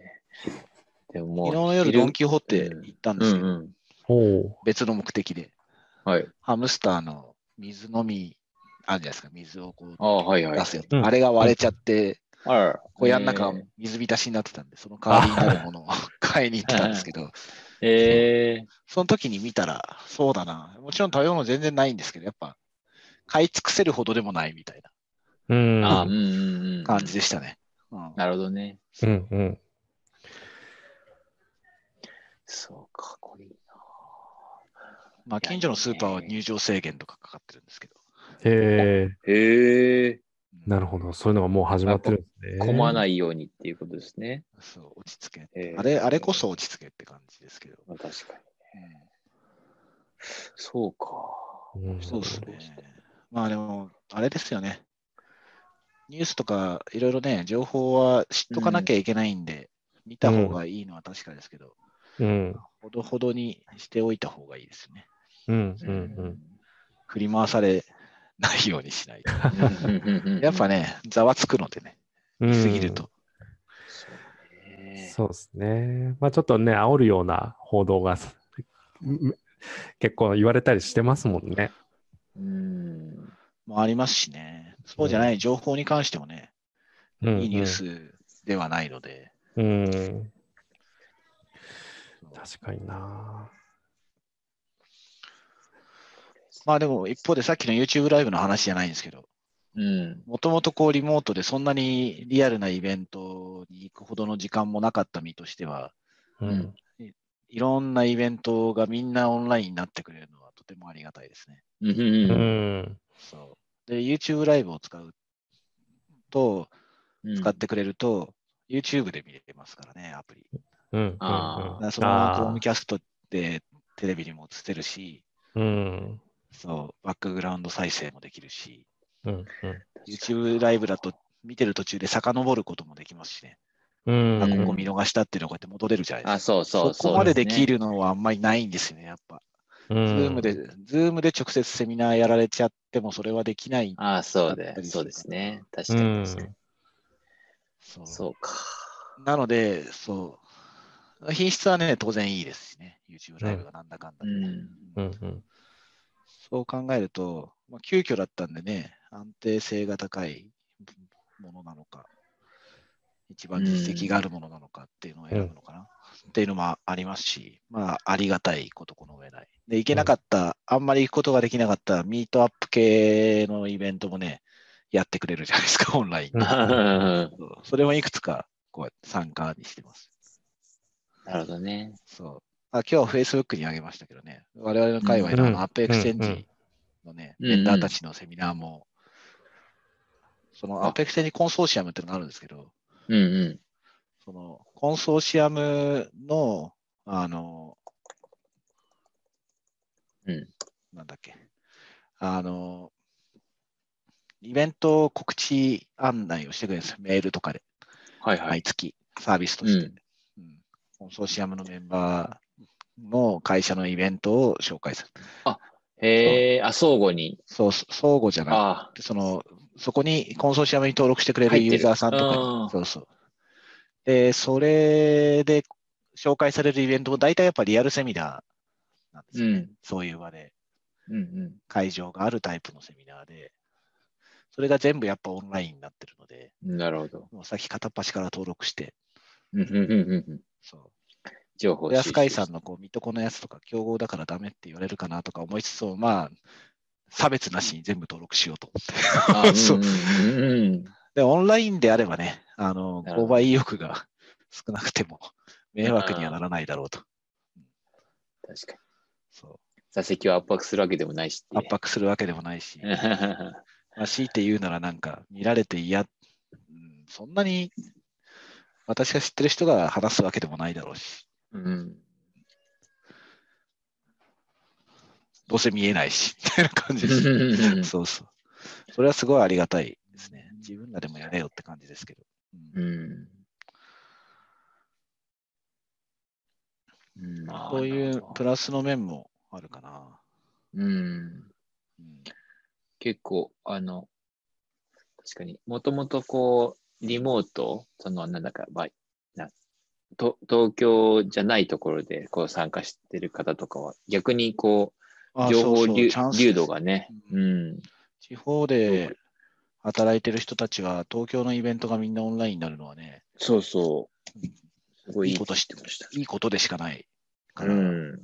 Speaker 3: でももう
Speaker 1: 昨日の夜、
Speaker 3: 昼
Speaker 1: ドン・キホーテ行ったんですけど、
Speaker 3: うんうん。
Speaker 2: おう
Speaker 1: 別の目的で、
Speaker 3: はい。
Speaker 1: ハムスターの水飲み、あるじゃないですか、水をこう
Speaker 3: あはいはい
Speaker 1: 出。すやつ、
Speaker 2: うん
Speaker 1: あれが割れちゃって、
Speaker 3: あら
Speaker 1: 小屋の中は水浸しになってたんで、その代わりになるものを 買いに行ったんですけど、
Speaker 3: ええ
Speaker 1: その時に見たら、そうだな、もちろん食べ物全然ないんですけど、やっぱ、買い尽くせるほどでもないみたい
Speaker 2: うん
Speaker 3: あうんうんうん。
Speaker 1: な感じでしたね。うん
Speaker 3: なるほどね。
Speaker 2: うんうん
Speaker 3: そうか、これいいな。
Speaker 1: まあ、近所のスーパーは入場制限とかかかってるんですけど、
Speaker 2: へえ
Speaker 3: へえ。
Speaker 2: なるほどそういうのがもう始まってるんですね
Speaker 3: 混まないいようにっていうことですね。
Speaker 1: そう落ち着け、
Speaker 3: えー
Speaker 1: あれ。あれこそ落ち着けって感じですけど。
Speaker 3: まあ確かに。そうか。
Speaker 1: そうです
Speaker 3: そうです
Speaker 1: ね
Speaker 3: ね。
Speaker 1: まあでも、あれですよね。ニュースとかいろいろね、情報は知っとかなきゃいけないんで、見た方がいいのは確かですけど、
Speaker 2: うん
Speaker 1: ほどほどにしておいた方がいいですね。
Speaker 2: うんうん
Speaker 1: 振り回されないようにしないと。
Speaker 3: う ん
Speaker 1: やっぱ。ね、ざわつくのでね、
Speaker 2: う
Speaker 1: 見
Speaker 2: ん
Speaker 1: すぎると。
Speaker 3: そうね
Speaker 2: そうですね。まあちょっとね、煽るような報道が すうん結構言われたりしてますもんね。
Speaker 3: うん。
Speaker 1: もありますしね、そうじゃない情報に関してもね、
Speaker 2: うん
Speaker 1: いいニュースではないので、
Speaker 2: うん。うん確かにな。
Speaker 1: まあでも一方でさっきの YouTube ライブの話じゃないんですけど、
Speaker 3: うん。
Speaker 1: もともとこうリモートでそんなにリアルなイベントに行くほどの時間もなかった身としては、
Speaker 2: うん。
Speaker 1: いろんなイベントがみんなオンラインになってくれるのはとてもありがたいですね。
Speaker 3: う。
Speaker 2: うんん。
Speaker 1: そうで、YouTube ライブを使うと、
Speaker 3: うん
Speaker 1: 使ってくれると、YouTube で見れますからね、アプリ。
Speaker 2: うん。う
Speaker 1: だ
Speaker 2: ん
Speaker 3: あ
Speaker 1: からそのまま
Speaker 2: あ
Speaker 1: ー
Speaker 2: ー
Speaker 1: ムキャストでテレビにも映せるし、
Speaker 2: うん。
Speaker 1: そう、バックグラウンド再生もできるし、
Speaker 2: うん。うん
Speaker 1: YouTube ライブだと見てる途中で遡ることもできますしね。
Speaker 2: うん。
Speaker 1: あここ見逃したっていうのをこうやって戻れるじゃないですか。
Speaker 3: あ、そうそう、
Speaker 1: そこまでで
Speaker 3: うすね
Speaker 1: きるのはあんまりないんですよね、やっぱ。ズ
Speaker 2: うん
Speaker 1: ームで、ズームで直接セミナーやられちゃっても、それはできない。
Speaker 3: あそうで
Speaker 1: だった、りする
Speaker 3: そうですね。確かに確かに。
Speaker 1: そう
Speaker 3: そうか。
Speaker 1: なので、そう。品質はね、当然いいですしね。YouTube ライブがなんだかんだ
Speaker 3: う
Speaker 1: で、
Speaker 3: ん。
Speaker 2: うんうん
Speaker 1: そう考えると、まあ、急遽だったんでね、安定性が高いものなのか、一番実績があるものなのかっていうのを選ぶのかな、っていうのもありますし、まあ、ありがたいことこの上ない。で、行けなかった、あんまり行くことができなかったミートアップ系のイベントもね、やってくれるじゃないですか、オンラインで。
Speaker 3: な
Speaker 1: そうそれもいくつかこうやって参加にしてます。
Speaker 3: るほどね。
Speaker 1: そう。あ今日 Facebook にあげましたけどね、我々の界隈のあ
Speaker 2: うん
Speaker 1: のアップエクスチェン
Speaker 2: うんうん
Speaker 1: ジのね、
Speaker 3: うん
Speaker 1: メンダーたちのセミナーも、そのアップエクスチェンジコンソーシアムっていうのがあるんですけど、
Speaker 3: うんう
Speaker 1: そのコンソーシアムの、あの、
Speaker 3: うん
Speaker 1: なんだっけ、あの、イベント告知案内をしてくれるんですよ、メールとかで。
Speaker 3: ん。はいは
Speaker 1: 毎
Speaker 3: い。
Speaker 1: 月サービスとして、
Speaker 3: う
Speaker 1: うんコンソーシアムのメンバーの会社のイベントを紹介する。
Speaker 3: へえ、あ、相互に。
Speaker 1: そう、そ相互じゃな
Speaker 3: あ
Speaker 1: くて、その、そこにコンソーシアムに登録してくれる
Speaker 3: 入って
Speaker 1: ユ
Speaker 3: る
Speaker 1: ーザーさんとか
Speaker 3: うん
Speaker 1: に、そうそう。で、それで紹介されるイベントも大体やっぱりリアルセミナーなんですよね。
Speaker 3: うん
Speaker 1: そういう場で
Speaker 3: うんうん。
Speaker 1: 会場があるタイプのセミナーで、それが全部やっぱオンラインになってるので、
Speaker 3: なるほど。
Speaker 1: もう先片っ端から登録して、
Speaker 3: うんうんうんうんうん。
Speaker 1: そう。
Speaker 3: 情報
Speaker 1: 安スカイさ
Speaker 3: ん。
Speaker 1: んのこう水戸このやつとか競合だからダメって言われるかなとか思いつつも、まあ、差別なしに全部登録しようと思って。
Speaker 3: あ
Speaker 1: そう
Speaker 3: うんうんうんうん
Speaker 1: で、オンラインであればね、あの、
Speaker 3: なる
Speaker 1: 購
Speaker 3: ほど
Speaker 1: 買意欲が 少なくても迷惑にはならないだろうと。
Speaker 3: 確かに。
Speaker 1: そ
Speaker 3: 座席を圧迫するわけでもないし。
Speaker 1: う。圧迫するわけでもないし、
Speaker 3: 迫。
Speaker 1: まあ、強いて言うならなんか見られて嫌、うん、そんなに私が知ってる人が話すわけでもないだろうし、
Speaker 3: うん。
Speaker 1: どうせ見えないし、みたいな感じ です。そうそう。それはすごいありがたいですね。自分らでもやれよって感じですけど。うん
Speaker 3: うん。うんあー
Speaker 1: そうい
Speaker 3: なる
Speaker 1: う
Speaker 3: ほど
Speaker 1: プラスの面もあるかな。
Speaker 3: うん。
Speaker 1: うん
Speaker 3: 結構、あの、確かに、もともとこう、リモート、その、なんだか、まあ、なと東京じゃないところでこう参加してる方とかは、逆にこう、
Speaker 1: あ
Speaker 3: 情報
Speaker 1: そうそう
Speaker 3: 流
Speaker 1: チャンスです
Speaker 3: 流動がね、
Speaker 1: う
Speaker 3: うん、
Speaker 1: 地方で働いてる人たちは、東京のイベントがみんなオンラインになるのはね、
Speaker 3: そうそう、すごい
Speaker 1: いいこと知って
Speaker 3: ました。
Speaker 1: いいことでしかないか
Speaker 3: う
Speaker 1: ら。うん
Speaker 3: ん、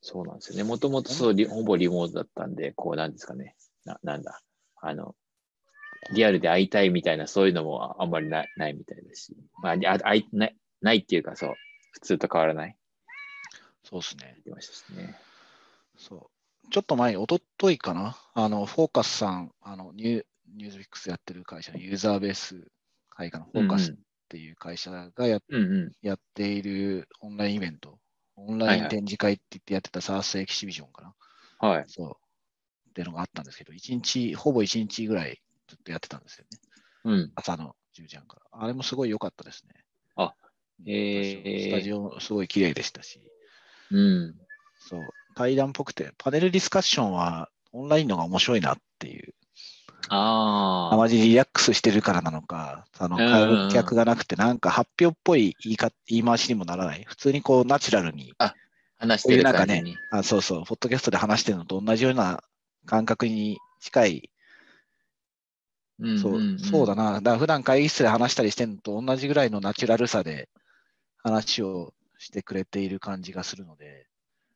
Speaker 3: そうなんですよね。もともとそうリ、ほぼリモートだったんで、こう、なんですかね、ななんだ、あの、リアルで会いたいみたいな、そういうのもああんまりないないみたいだし、まあ、あ会いないないっていうか、そう、普通と変わらないって
Speaker 1: そうですね。
Speaker 3: 言ってましたしね。
Speaker 1: そう。ちょっと前に、おとといかな、あの、フォーカスさん、あの、ニュー、ニュースフィックスやってる会社のユーザーベース会かのフォーカスっていう会社がやっ
Speaker 3: うんうん。
Speaker 1: やっているオンラインイベント、オンラ
Speaker 3: はい
Speaker 1: イン
Speaker 3: はい
Speaker 1: 展示会って言ってやってたサースエキシビジョンかな、
Speaker 3: はい。
Speaker 1: そう。っていうのがあったんですけど、一日、ほぼ1日ぐらいずっとやってたんですよね。
Speaker 3: うん。
Speaker 1: 朝の10時半から。あれもすごい良かったですね。
Speaker 3: あ
Speaker 1: うん、
Speaker 3: へー
Speaker 1: スタジオもすごい綺麗でしたし、
Speaker 3: うん。
Speaker 1: そう。対談っぽくて、パネルディスカッションはオンラインのが面白いなっていう。
Speaker 3: あ
Speaker 1: あ
Speaker 3: あ。
Speaker 1: まりリラックスしてるからなのか、あの、
Speaker 3: うんうんうん
Speaker 1: 観客がなくて、なんか発表っぽい言いか言い回しにもならない。普通にこう、ナチュラルに
Speaker 3: 話してる
Speaker 1: こういう
Speaker 3: 感
Speaker 1: 中
Speaker 3: じ
Speaker 1: ね
Speaker 3: に。
Speaker 1: あそうそう、ポッドキャストで話してるのと同じような感覚に近い、
Speaker 3: うん
Speaker 1: そう,、
Speaker 3: んん
Speaker 1: そうだ。な、だから普段会議室で話したりしてるのと同じぐらいのナチュラルさで話をしてくれている感じがするので、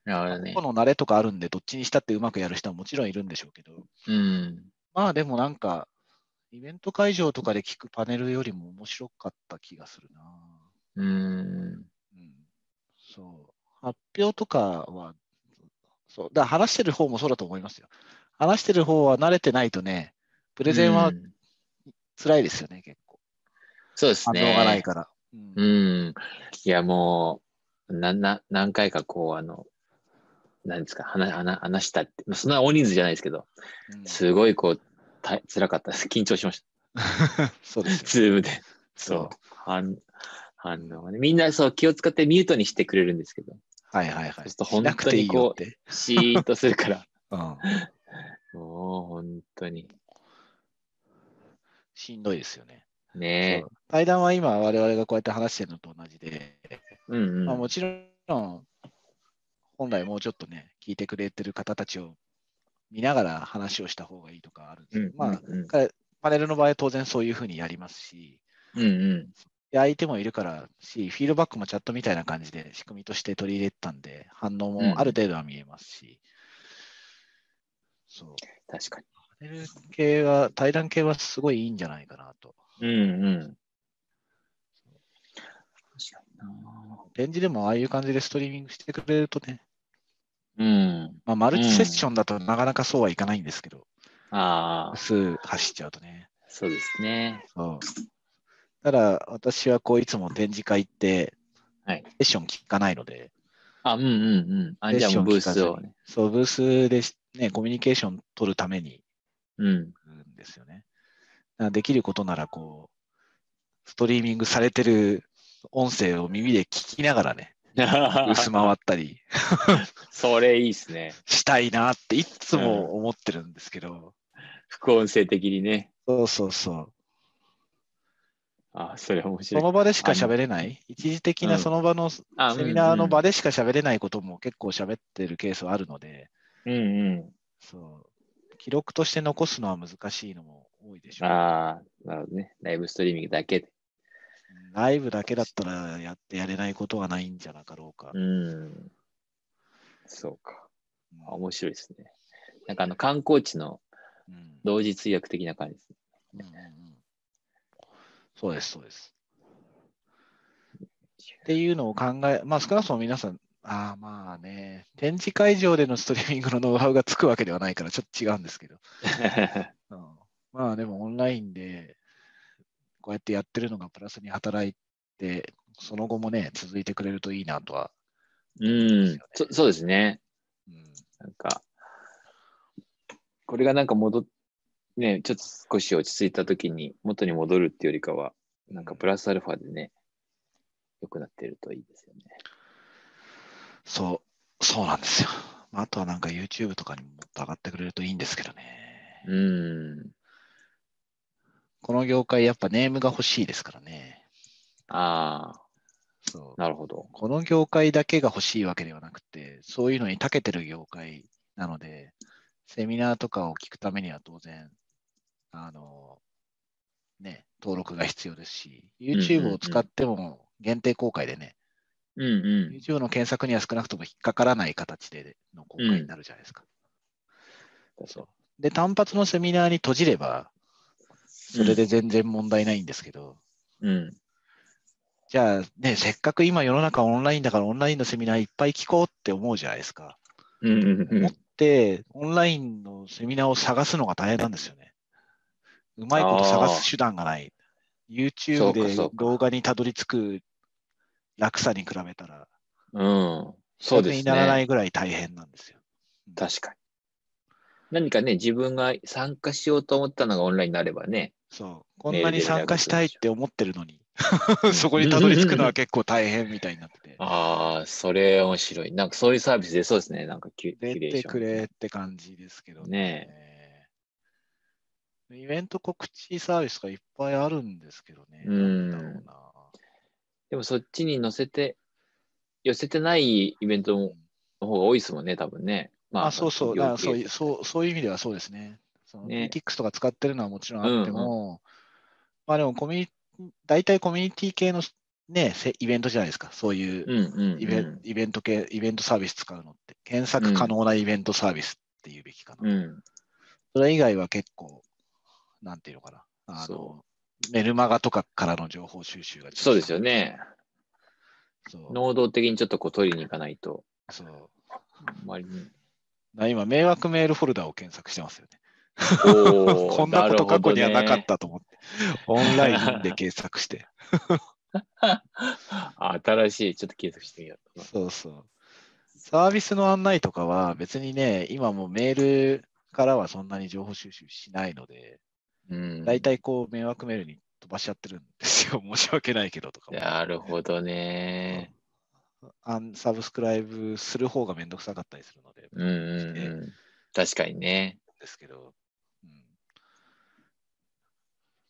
Speaker 3: なるほどね
Speaker 1: 個。々の慣れとかあるんで、どっちにしたってうまくやる人はもちろんいるんでしょうけど、
Speaker 3: うん。
Speaker 1: まあでもなんか、イベント会場とかで聞くパネルよりも面白かった気がするな。
Speaker 3: うん。
Speaker 1: うんそう。発表とかは、そう。だから話してる方もそうだと思いますよ。話してる方は慣れてないとね、プレゼンは
Speaker 3: うん
Speaker 1: 辛いですよね、結構。
Speaker 3: そうです
Speaker 1: 反
Speaker 3: ね。
Speaker 1: 応がないから。うん
Speaker 3: うん。いや、もう、な、な、何回かこう、あの、なんですか、話、話話したって、まあそんな大人数じゃないですけど、
Speaker 1: うん
Speaker 3: すごいこう、た辛かったです。緊張しまし
Speaker 1: そうで
Speaker 3: た。
Speaker 1: すよ。
Speaker 3: ズームで。そう。反反応がね。みんなそう気を使ってミュートにしてくれるんですけど、
Speaker 1: はいはいは
Speaker 3: そう
Speaker 1: い。
Speaker 3: すると本
Speaker 1: なく
Speaker 3: 当
Speaker 1: てい
Speaker 3: に
Speaker 1: いよ
Speaker 3: こ
Speaker 1: って。
Speaker 3: う、シーンとす るから。
Speaker 1: うん。
Speaker 3: もう本当に。
Speaker 1: しんどいですよね。
Speaker 3: ね
Speaker 1: そう対談は今我々がこうやって話してるのと同じで、
Speaker 3: え。うん
Speaker 1: まあ、
Speaker 3: う
Speaker 1: も
Speaker 3: ん。
Speaker 1: ちろん本来もうちょっとね、聞いてくれてる方たちを見ながら話をした方がいいとかあるんです
Speaker 3: う
Speaker 1: けど
Speaker 3: ん、
Speaker 1: まあ、
Speaker 3: うん
Speaker 1: 彼パネルの場合は当然そういうふうにやりますし、
Speaker 3: うんうん。
Speaker 1: で相手もいるからし、フィードバックもチャットみたいな感じで仕組みとして取り入れてたんで、反応
Speaker 3: うん
Speaker 1: もある程度は見えますし、そう、
Speaker 3: 確か
Speaker 1: パネル系は、対談系はすごいいいんじゃないかなと。
Speaker 3: に。うんうん。確かにな
Speaker 1: 展示でもああいう感じでストリーミングしてくれるとね、
Speaker 3: うん。
Speaker 1: まあ、マルチセッションだとなかなかそうはいかないんですけど、
Speaker 3: ああ、
Speaker 1: 数走っちゃうとね。
Speaker 3: そうですね。
Speaker 1: そうただ、私はこういつも展示会行って、
Speaker 3: はい
Speaker 1: セッション聞かないので、
Speaker 3: あ、うんうんうん。あ、
Speaker 1: セ
Speaker 3: じ
Speaker 1: ッ
Speaker 3: ゃあ
Speaker 1: シ
Speaker 3: も
Speaker 1: ョ
Speaker 3: う
Speaker 1: ン
Speaker 3: ブー
Speaker 1: 聞かず
Speaker 3: ス
Speaker 1: に
Speaker 3: をね。
Speaker 1: そう、ブースでし、ね、コミュニケーション取るために
Speaker 3: うん。
Speaker 1: 行くんですよね。だからできることなら、こう、ストリーミングされてる音声を耳で聞きながらね、ブース回ったり
Speaker 3: それいいですね。
Speaker 1: したいなっていつも思ってるんですけど、
Speaker 3: 副音声的にね。
Speaker 1: そうそうそう。
Speaker 3: あ、それ面
Speaker 1: そ
Speaker 3: 白い。
Speaker 1: の場でしか喋れない、一時的
Speaker 3: う
Speaker 1: なんその場の
Speaker 3: あ
Speaker 1: セミナーの場
Speaker 3: で。
Speaker 1: でしか喋れないことも結構喋ってるケースはあるので、
Speaker 3: うんう
Speaker 1: そう記録として残すのは難しいのも多いでし
Speaker 3: ん。
Speaker 1: ょう。
Speaker 3: ああ、なるほどね。ライブストリーミングだけで。
Speaker 1: ライブだけだったらやってやれないことはないんじゃなかろうか。
Speaker 3: うん。そうか。
Speaker 1: うん
Speaker 3: あ面白いですね。なんかあの観光地の
Speaker 1: うん
Speaker 3: 同時通訳的な感じ です
Speaker 1: う
Speaker 3: ね。
Speaker 1: んうんうんそうです、そうです。っていうのを考え、まあ少なくとも皆さん、ああまあね、展示会場でのストリーミングのノウハウがつくわけではないからちょっと違うんですけど。うんまあでもオンラインでこうやってやってるのがプラスに働いて、その後もね、続いてくれるといいなとは。
Speaker 3: うんそ。そうですね。
Speaker 1: うん
Speaker 3: なんか、これがなんか戻っ、ね、ちょっと少し落ち着いた時に元に戻るっていうよりかは、なんかプラスアルファでね、良くなってるといいですよね。
Speaker 1: そう、そうなんですよ。まああとはなんか YouTube とかにももっと上がってくれるといいんですけどね。
Speaker 3: うん。
Speaker 1: この業界やっぱネームが欲しいですからね。
Speaker 3: ああ、
Speaker 1: そう。
Speaker 3: なるほど。
Speaker 1: この業界だけが欲しいわけではなくて、そういうのに長けてる業界なので、セミナーとかを聞くためには当然、あの、ね、登録が必要ですし、
Speaker 3: うんうん
Speaker 1: YouTube を使っても限定公開でね、
Speaker 3: うんうん。
Speaker 1: YouTube の検索には少なくとも引っかからない形での公開になるじゃないですか。そうで、単発のセミナーに閉じれば、それで全然問題ないんですけど、
Speaker 3: うん。
Speaker 1: じゃあね、せっかく今世の中オンラインだからオンラインのセミナーいっぱい聞こうって思うじゃないですか。
Speaker 3: うんうんうん
Speaker 1: 思って、オンラインのセミナーを探すのが大変なんですよね。うまいこと探す手段がない。
Speaker 3: そう
Speaker 1: YouTube
Speaker 3: か
Speaker 1: で
Speaker 3: そうか
Speaker 1: 動画にたどり着く楽さに比べたら、
Speaker 3: うん。そうですね。
Speaker 1: 比較にならないぐらい大変なんですよ。
Speaker 3: 確かに。何かね、自分が参加しようと思ったのがオンラインになればね。
Speaker 1: そう。こんなに参加したいって思ってるの に、
Speaker 3: うん、
Speaker 1: そこにたどり着くのは結構大変みたいになってて
Speaker 3: ああ、それ面白い。なんかそういうサービスでそうですね。なんかキュキ
Speaker 1: 出
Speaker 3: ュレー
Speaker 1: て
Speaker 3: ション。
Speaker 1: くれって感じですけど
Speaker 3: ね
Speaker 1: ねイベント告知サービスがいっぱいあるんですけどね。
Speaker 3: うん
Speaker 1: なんだろうな。
Speaker 3: でもそっちに載せて、寄せてないイベントの方が多いですもんね、多分ね。ま
Speaker 1: あ、そうそう、
Speaker 3: 業
Speaker 1: だからそ
Speaker 3: 界
Speaker 1: ういそう、そういう意味ではそうですね。その
Speaker 3: ね
Speaker 1: PTX とか使ってるのはもちろんあっても、まあでもコミュニ、大体コミュニティ系の、ね、せイベントじゃないですか、そういううん
Speaker 3: うん、
Speaker 1: イベ,、
Speaker 3: うん。
Speaker 1: イベント系、イベントサービス使うのって、検索可能なイベントサービスっていうべきかな。
Speaker 3: うん。
Speaker 1: それ以外は結構、なんていうのかな、あの
Speaker 3: そ
Speaker 1: メルマガとかからの情報収集が
Speaker 3: そうですよ。ね。
Speaker 1: そう
Speaker 3: 能動的にちょっとこう取りに行かないと、
Speaker 1: そう
Speaker 3: 周りに。
Speaker 1: だから今、迷惑メールフォルダを検索してますよね。
Speaker 3: おー
Speaker 1: こんなこと過去にはなかっ。
Speaker 3: る
Speaker 1: たと思って、オンラインで検索して。
Speaker 3: ほどね新しい、ちょっと継続してみよう。
Speaker 1: そうそう。サービスの案内とかは別にね、今もうメールからはそんなに情報収集しないので、
Speaker 3: うん
Speaker 1: 大体こう迷惑メールに飛ばしちゃってるんですよ。申し訳ないけどとかも。
Speaker 3: なるほどね。
Speaker 1: アンサブスクライブする方がめんどくさかったりするので、
Speaker 3: うんうんうん。確かにね。
Speaker 1: ですけど、うん、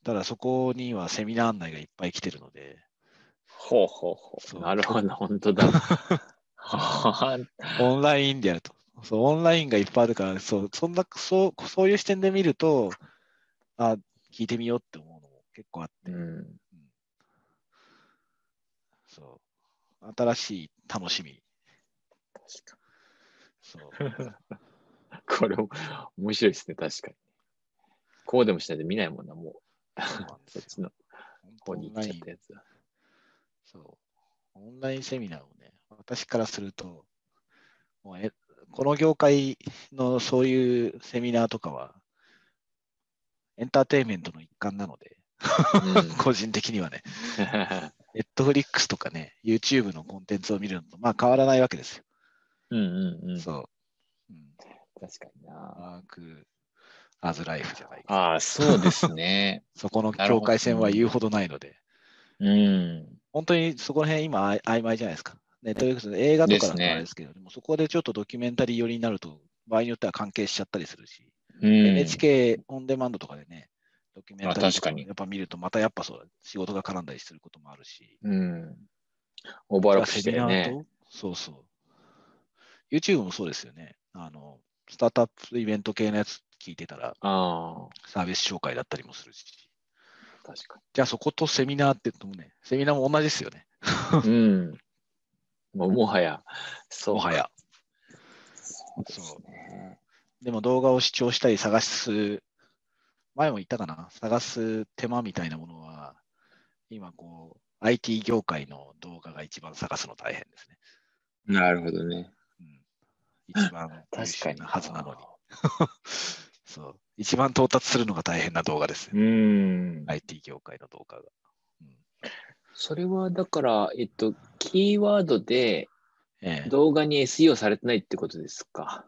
Speaker 1: ただそこにはセミナー案内がいっぱい来てるので、
Speaker 3: ほうほうほ。
Speaker 1: そうう
Speaker 3: なるほど、本当だ。 は
Speaker 1: オンラインでやると。そうオンラインがいっぱいあるから、そうそんなそうそういう視点で見ると、あ、聞いてみようって思うのも結構あっ
Speaker 3: う
Speaker 1: て、
Speaker 3: ん、
Speaker 1: そう新しい楽しみ。そう
Speaker 3: これ、面白いですね、確かに。こうでもしないと見ないもんな、もう。
Speaker 1: そうなんです
Speaker 3: そ
Speaker 1: よ
Speaker 3: っちの方に行っちゃったやつは。
Speaker 1: そう。オンラインセミナーをね、私からすると、もうえこの業界のそういうセミナーとかは、エンターテインメントの一環なので、
Speaker 3: うん
Speaker 1: 個人的にはね、ネットフリックスとかね、YouTube のコンテンツを見るのと、まあ変わらないわけですよ。
Speaker 3: うん うんうん。確
Speaker 1: そう。うん、
Speaker 3: かにな。
Speaker 1: ワーク・アズ・ライフじゃないか。
Speaker 3: ああ、そうですね。
Speaker 1: そこの境界線は言うほどないので、
Speaker 3: うん。
Speaker 1: 本当にそこら辺今あい曖昧じゃないですか。ネットフリックスの映画とかだと
Speaker 3: ですね
Speaker 1: あれですけど、でもそこでちょっとドキュメンタリー寄りになると、場合によっては関係しちゃったりするし、
Speaker 3: うん、
Speaker 1: NHK オンデマンドとかでね、ドキュメンタリ
Speaker 3: あ
Speaker 1: ー
Speaker 3: 確
Speaker 1: と
Speaker 3: か
Speaker 1: か
Speaker 3: に
Speaker 1: やっぱ見ると、またやっぱそう仕事が絡んだりすることもあるし、
Speaker 3: うん。オーバーラップしてる
Speaker 1: セミ
Speaker 3: ね。
Speaker 1: ナーとそうそう。YouTube もそうですよね。あの、スタートアップイベント系のやつ聞いてたら、
Speaker 3: あ
Speaker 1: サービス紹介だったりもするし、
Speaker 3: あ、確か
Speaker 1: じゃあそことセミナーって言うともね、セミナーも同じですよね、
Speaker 3: に。うん。もうもはや、そう。
Speaker 1: もはや。。
Speaker 3: そうですね。
Speaker 1: でも動画を視聴したり探す、前も言ったかな、探す手間みたいなものは、今こう、IT 業界の動画が一番探すの大変ですね。
Speaker 3: なるほどね。
Speaker 1: うん、一番優
Speaker 3: 確か
Speaker 1: 秀
Speaker 3: に。
Speaker 1: なはずなのに。 そう。一番到達するのが大変な動画です、ね。
Speaker 3: うん。
Speaker 1: IT 業界の動画が。うん
Speaker 3: それはだから、えっと、キーワードで
Speaker 1: ええ、
Speaker 3: 動画に SEO されてないってことですか。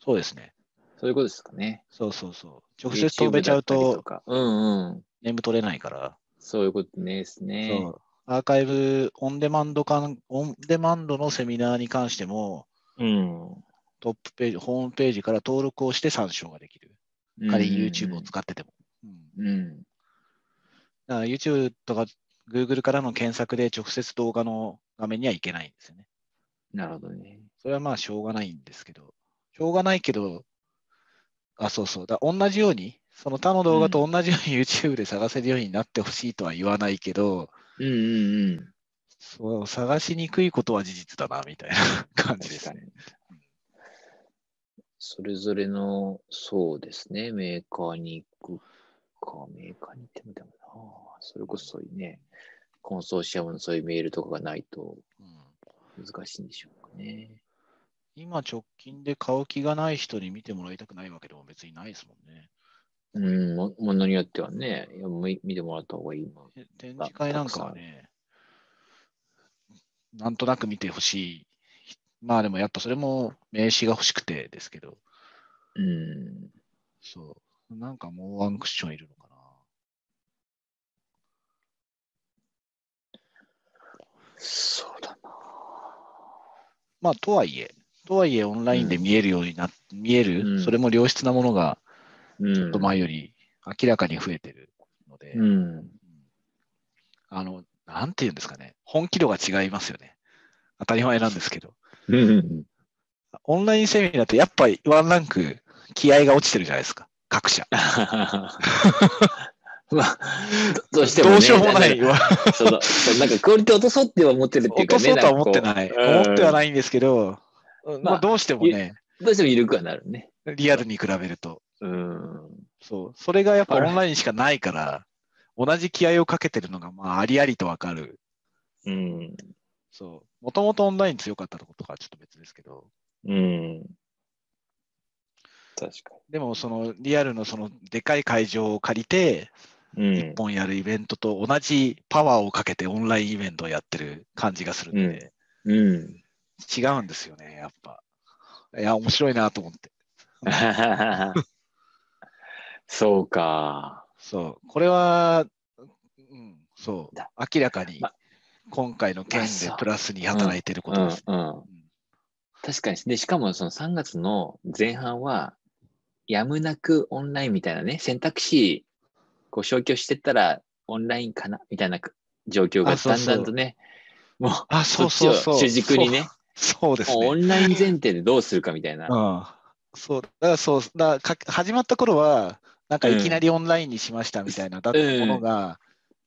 Speaker 1: そうですね。
Speaker 3: そういうことですかね。
Speaker 1: そうそうそう。直接飛べちゃう
Speaker 3: YouTube だったり
Speaker 1: と、
Speaker 3: か。うんうん。
Speaker 1: ネーム取れないから。
Speaker 3: そういうことねですね。
Speaker 1: そうアーカイブ、オンデマンドかん、オンデマンドのセミナーに関しても、
Speaker 3: うん。
Speaker 1: トップページ、ホームページから登録をして参照ができる。仮に YouTube を使ってても。うん
Speaker 3: うん。
Speaker 1: だから YouTube とか Google からの検索で直接動画の画面にはいけないんですよね。
Speaker 3: なるほどね。
Speaker 1: それはまあしょうがないんですけど、しょうがないけど、あ、そうそう。だ同じように、その他の動画と同じように YouTube で探せるようになってほしいとは言わないけど、
Speaker 3: うんうんうん。
Speaker 1: そう探しにくいことは事実だな、みたいな 感じで
Speaker 3: 確
Speaker 1: す
Speaker 3: か
Speaker 1: ね。
Speaker 3: に。それぞれの、そうですね、メーカーに行くか、メーカーに行ってもでもな、それこそそういうね、コンソーシアムのそういうメールとかがないと
Speaker 1: うん
Speaker 3: 難しいんでしょうかね。
Speaker 1: 今直近で買う気がない人に見てもらいたくないわけでも別にないですもんね。
Speaker 3: うん、もものによってはね、いやみ見てもらった方がいいもん。
Speaker 1: え展示会なんかはね、なんとなく見てほしい。まあでもやっぱそれも名刺が欲しくてですけど、
Speaker 3: うん。
Speaker 1: そう。なんかもうワンクッションいるのかな。
Speaker 3: そうだな。
Speaker 1: まあとはいえ、とはいえオンラインで見えるようになっ見える、
Speaker 3: うん
Speaker 1: それも良質なものが
Speaker 3: うん。
Speaker 1: ちょっと前より明らかに増えてるので、
Speaker 3: うん。
Speaker 1: あの、なんていうんですかね、本気度が違いますよね。当たり前なんですけど。
Speaker 3: うん。
Speaker 1: オンラインセミナーってやっぱりワンランク気合が落ちてるじゃないですか、各社。
Speaker 3: まあ、 どどうしても、ね。
Speaker 1: どうしようもない。
Speaker 3: そのそうなんかクオリティ落とそうっては思ってるって
Speaker 1: 落
Speaker 3: いうか、
Speaker 1: と
Speaker 3: ね、
Speaker 1: そうとは思って
Speaker 3: んか
Speaker 1: ない。
Speaker 3: こう。
Speaker 1: 思ってはいないんですけど、ま
Speaker 3: ま
Speaker 1: あ
Speaker 3: あ、
Speaker 1: どうしてもね、
Speaker 3: どうしても緩くはなるね。
Speaker 1: リアルに比べると。
Speaker 3: うん。
Speaker 1: そう。それがやっぱ
Speaker 3: あれ
Speaker 1: オンラインしかないから、同じ気合をかけてるのが、まあ、ありありとわかる。
Speaker 3: うん。
Speaker 1: そう。もともとオンライン強かったことかはちょっと別ですけど、
Speaker 3: うん。確か
Speaker 1: でもそのリアルのそのでかい会場を借りて、
Speaker 3: に。
Speaker 1: 日本やるイベントと同じパワーをかけてオンラインイベントをやってる感じがするんで、
Speaker 3: うん。うん。
Speaker 1: 違うんですよね、やっぱ。いや、面白いなと思って。
Speaker 3: そうか。
Speaker 1: そう、これはうん、そう
Speaker 3: だ。
Speaker 1: 明らかに
Speaker 3: ま
Speaker 1: 今回の件
Speaker 3: まあそ
Speaker 1: で
Speaker 3: う
Speaker 1: プラスに働いてることです。
Speaker 3: うんうん確かに。で、しかもその3月の前半は、やむなくオンラインみたいなね、選択肢、こう消去してったらオンラインかな、みたいな状況が
Speaker 1: あそう
Speaker 3: だ
Speaker 1: そ
Speaker 3: ん
Speaker 1: う
Speaker 3: だんとね、もう、
Speaker 1: あ、
Speaker 3: そ
Speaker 1: そう
Speaker 3: っち
Speaker 1: そ
Speaker 3: を
Speaker 1: うそう。
Speaker 3: 主軸にね、
Speaker 1: そう。そうです
Speaker 3: もうオ
Speaker 1: ね。
Speaker 3: ンライン前提でどうするかみたいな。
Speaker 1: うん。そう、だからそう、だからか始まった頃は、なんかいきなりオンラインにしましたみたいな、だったものが、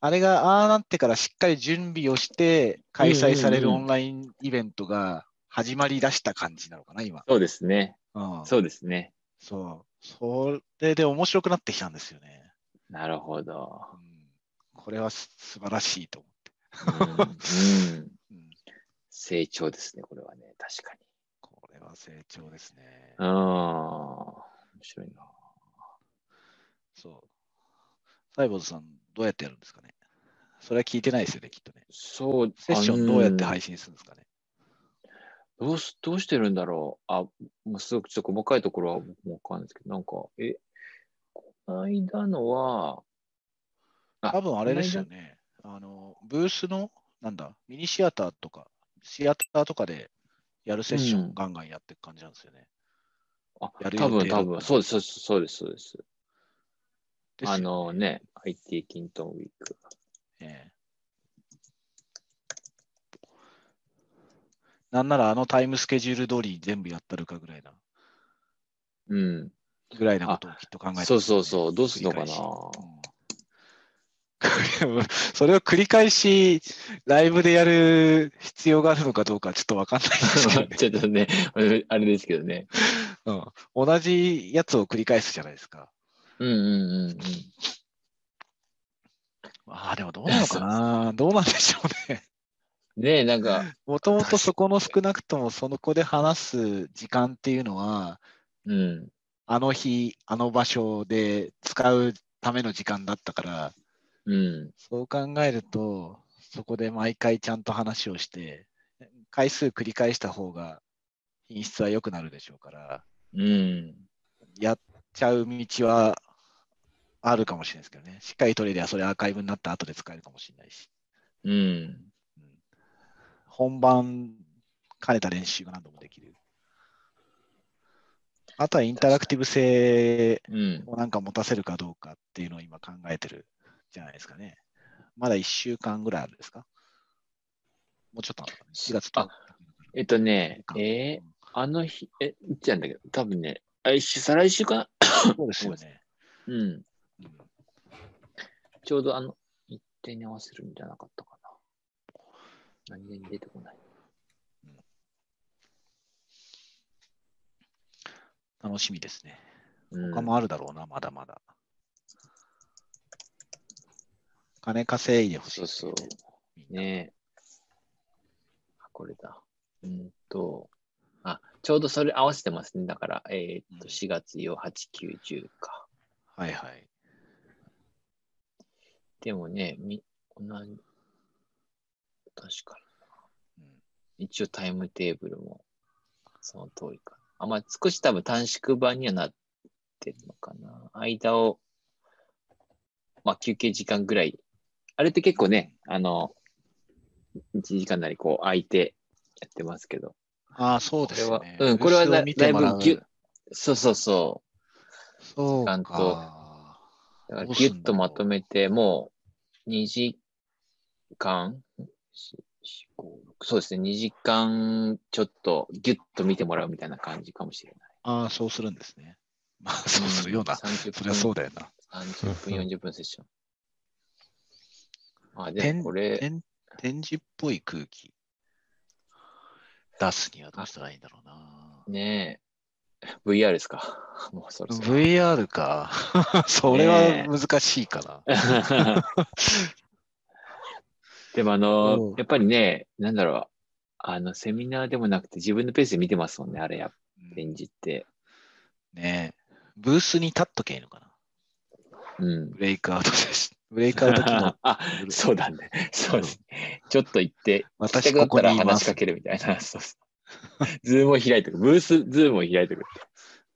Speaker 1: あれがああなってからしっかり準備をして開催される
Speaker 3: うんう
Speaker 1: オ
Speaker 3: んうん
Speaker 1: ンラインイベントが始まりだした感じなのかな、今。
Speaker 3: そうですね。
Speaker 1: うん、
Speaker 3: そうですね。
Speaker 1: そう。それで面白くなってきたんですよね。
Speaker 3: なるほど。
Speaker 1: うん、これはす素晴らしいと思
Speaker 3: うんうん
Speaker 1: う。うん、
Speaker 3: 成長ですね、これはね。確かに。
Speaker 1: これは成長ですね。
Speaker 3: うん。面白いな。
Speaker 1: そう。サイボーズさん、どうやってやるんですかねそれは聞いてないですよね、きっとね。
Speaker 3: そう、
Speaker 1: セッションどうやって
Speaker 3: あの
Speaker 1: 配信するんですかね。
Speaker 3: どうす、どうしてるんだろうあ、もうすごくちょっと細かいところは僕もわかんないですけど、なんか、え、こないだのは、あ
Speaker 1: 多分あれですよね。あの、ブースの、なんだ、ミニシアターとか、シアターとかでやるセッショ
Speaker 3: う
Speaker 1: ン
Speaker 3: ん
Speaker 1: ガンガンやっていく感じなんですよね。
Speaker 3: あ
Speaker 1: や、る予
Speaker 3: 多分
Speaker 1: 定だった
Speaker 3: 多分、そうです、そうです、そうです。
Speaker 1: ですよ
Speaker 3: あのね、IT キントンウィーク。
Speaker 1: ねなんならあのタイムスケジュール通り全部やったるかぐらいな、
Speaker 3: うん。
Speaker 1: ぐらいなことをきっと考えて
Speaker 3: そうそうそう、どうするのかな
Speaker 1: な、うん それを繰り返しライブでやる必要があるのかどうかちょっとわかんないですけどね
Speaker 3: ちょっとね、あれですけどね。
Speaker 1: うん、同じやつを繰り返すじゃないですか。
Speaker 3: うんうんうんうん。
Speaker 1: ああ、でもどうなのかなどうなんでしょうね。
Speaker 3: ねなんか、
Speaker 1: もともとそこの少なくともその子で話す時間っていうのは、
Speaker 3: うん。
Speaker 1: あの日、あの場所で使うための時間だったから、
Speaker 3: うん。
Speaker 1: そう考えると、そこで毎回ちゃんと話をして、回数繰り返した方が品質は良くなるでしょうから、
Speaker 3: うん。
Speaker 1: やっちゃう道はあるかもしれないですけどね。しっかり取れりゃそれアーカイブになった後で使えるかもしれないし、
Speaker 3: うん。
Speaker 1: うん本番兼ねた練習が何度もできる。あとはインタラクティブ性
Speaker 3: うん。
Speaker 1: をなんか持たせるかどうかっていうのを今考えてるじゃないですかね。まだ1週間ぐらいあるんですかもうちょっとあるのかな ?4 月と
Speaker 3: あえっとね、えー
Speaker 1: え
Speaker 3: あの日、え、いつやんだけど、多分ね、来週、再来週かな
Speaker 1: そうですよね。
Speaker 3: うん。
Speaker 1: うん
Speaker 3: ちょうどあの、一定に合わせるんじゃなかったかな。何気に出てこない。
Speaker 1: 楽しみですね。
Speaker 3: うん
Speaker 1: 他もあるだろうな、まだまだ。金稼いでほしい
Speaker 3: そう
Speaker 1: です
Speaker 3: そ
Speaker 1: よね、
Speaker 3: う。ねあこれだ。うんと、あ、ちょうどそれ合わせてますね。だから、えーっと、
Speaker 1: うん
Speaker 3: 4月8、9、10か。
Speaker 1: はいはい。
Speaker 3: でもね、み、同じ、確か
Speaker 1: うん
Speaker 3: に。一応タイムテーブルも、その通りか。あ、まあ、少し多分短縮版にはなってるのかな。間を、まあ、休憩時間ぐらい。あれって結構ね、あの、1時間なりこう空いてやってますけど。
Speaker 1: ああ、そうですよね。
Speaker 3: これはうんこれは
Speaker 1: ブース
Speaker 3: だ
Speaker 1: を見てもら
Speaker 3: だいぶぎゅそうそうそ
Speaker 1: そう
Speaker 3: 時間
Speaker 1: か。
Speaker 3: う。だから
Speaker 1: どう
Speaker 3: ギ
Speaker 1: すんだろう
Speaker 3: ュッとまとめて、もう2時間ししこうそうですね、2時間ちょっとギュッと見てもらうみたいな感じかもしれない。
Speaker 1: ああ、そうするんですね。まあ、そうするような。
Speaker 3: 30分
Speaker 1: そりゃそうだよな。
Speaker 3: 30分、40分セッション。あ、で
Speaker 1: 展
Speaker 3: もこれ、
Speaker 1: 展展示っぽい空気出すにはどうしたらいいんだろうな。
Speaker 3: ねえ、VR ですか。 もうそろそろ。
Speaker 1: VR か。 それは難しいかな。
Speaker 3: でもあ
Speaker 1: う
Speaker 3: の
Speaker 1: ん、
Speaker 3: やっぱりね、なんだろう、あの、セミナーでもなくて自分のペースで見てますもんね、あれやっぱ
Speaker 1: う
Speaker 3: 演
Speaker 1: ん
Speaker 3: じて。
Speaker 1: ねえブースに立っとけばいいのかな。
Speaker 3: うん。
Speaker 1: ブレイクアウトです。 ブレイクアウト機能
Speaker 3: あ、 そうだね。そうです。ちょっと行って、
Speaker 1: 私
Speaker 3: 来たくなったら
Speaker 1: ここにいます
Speaker 3: 話しかけるみたいな。そうそう。ズームを開いてく。ブース、ズームを開いてく。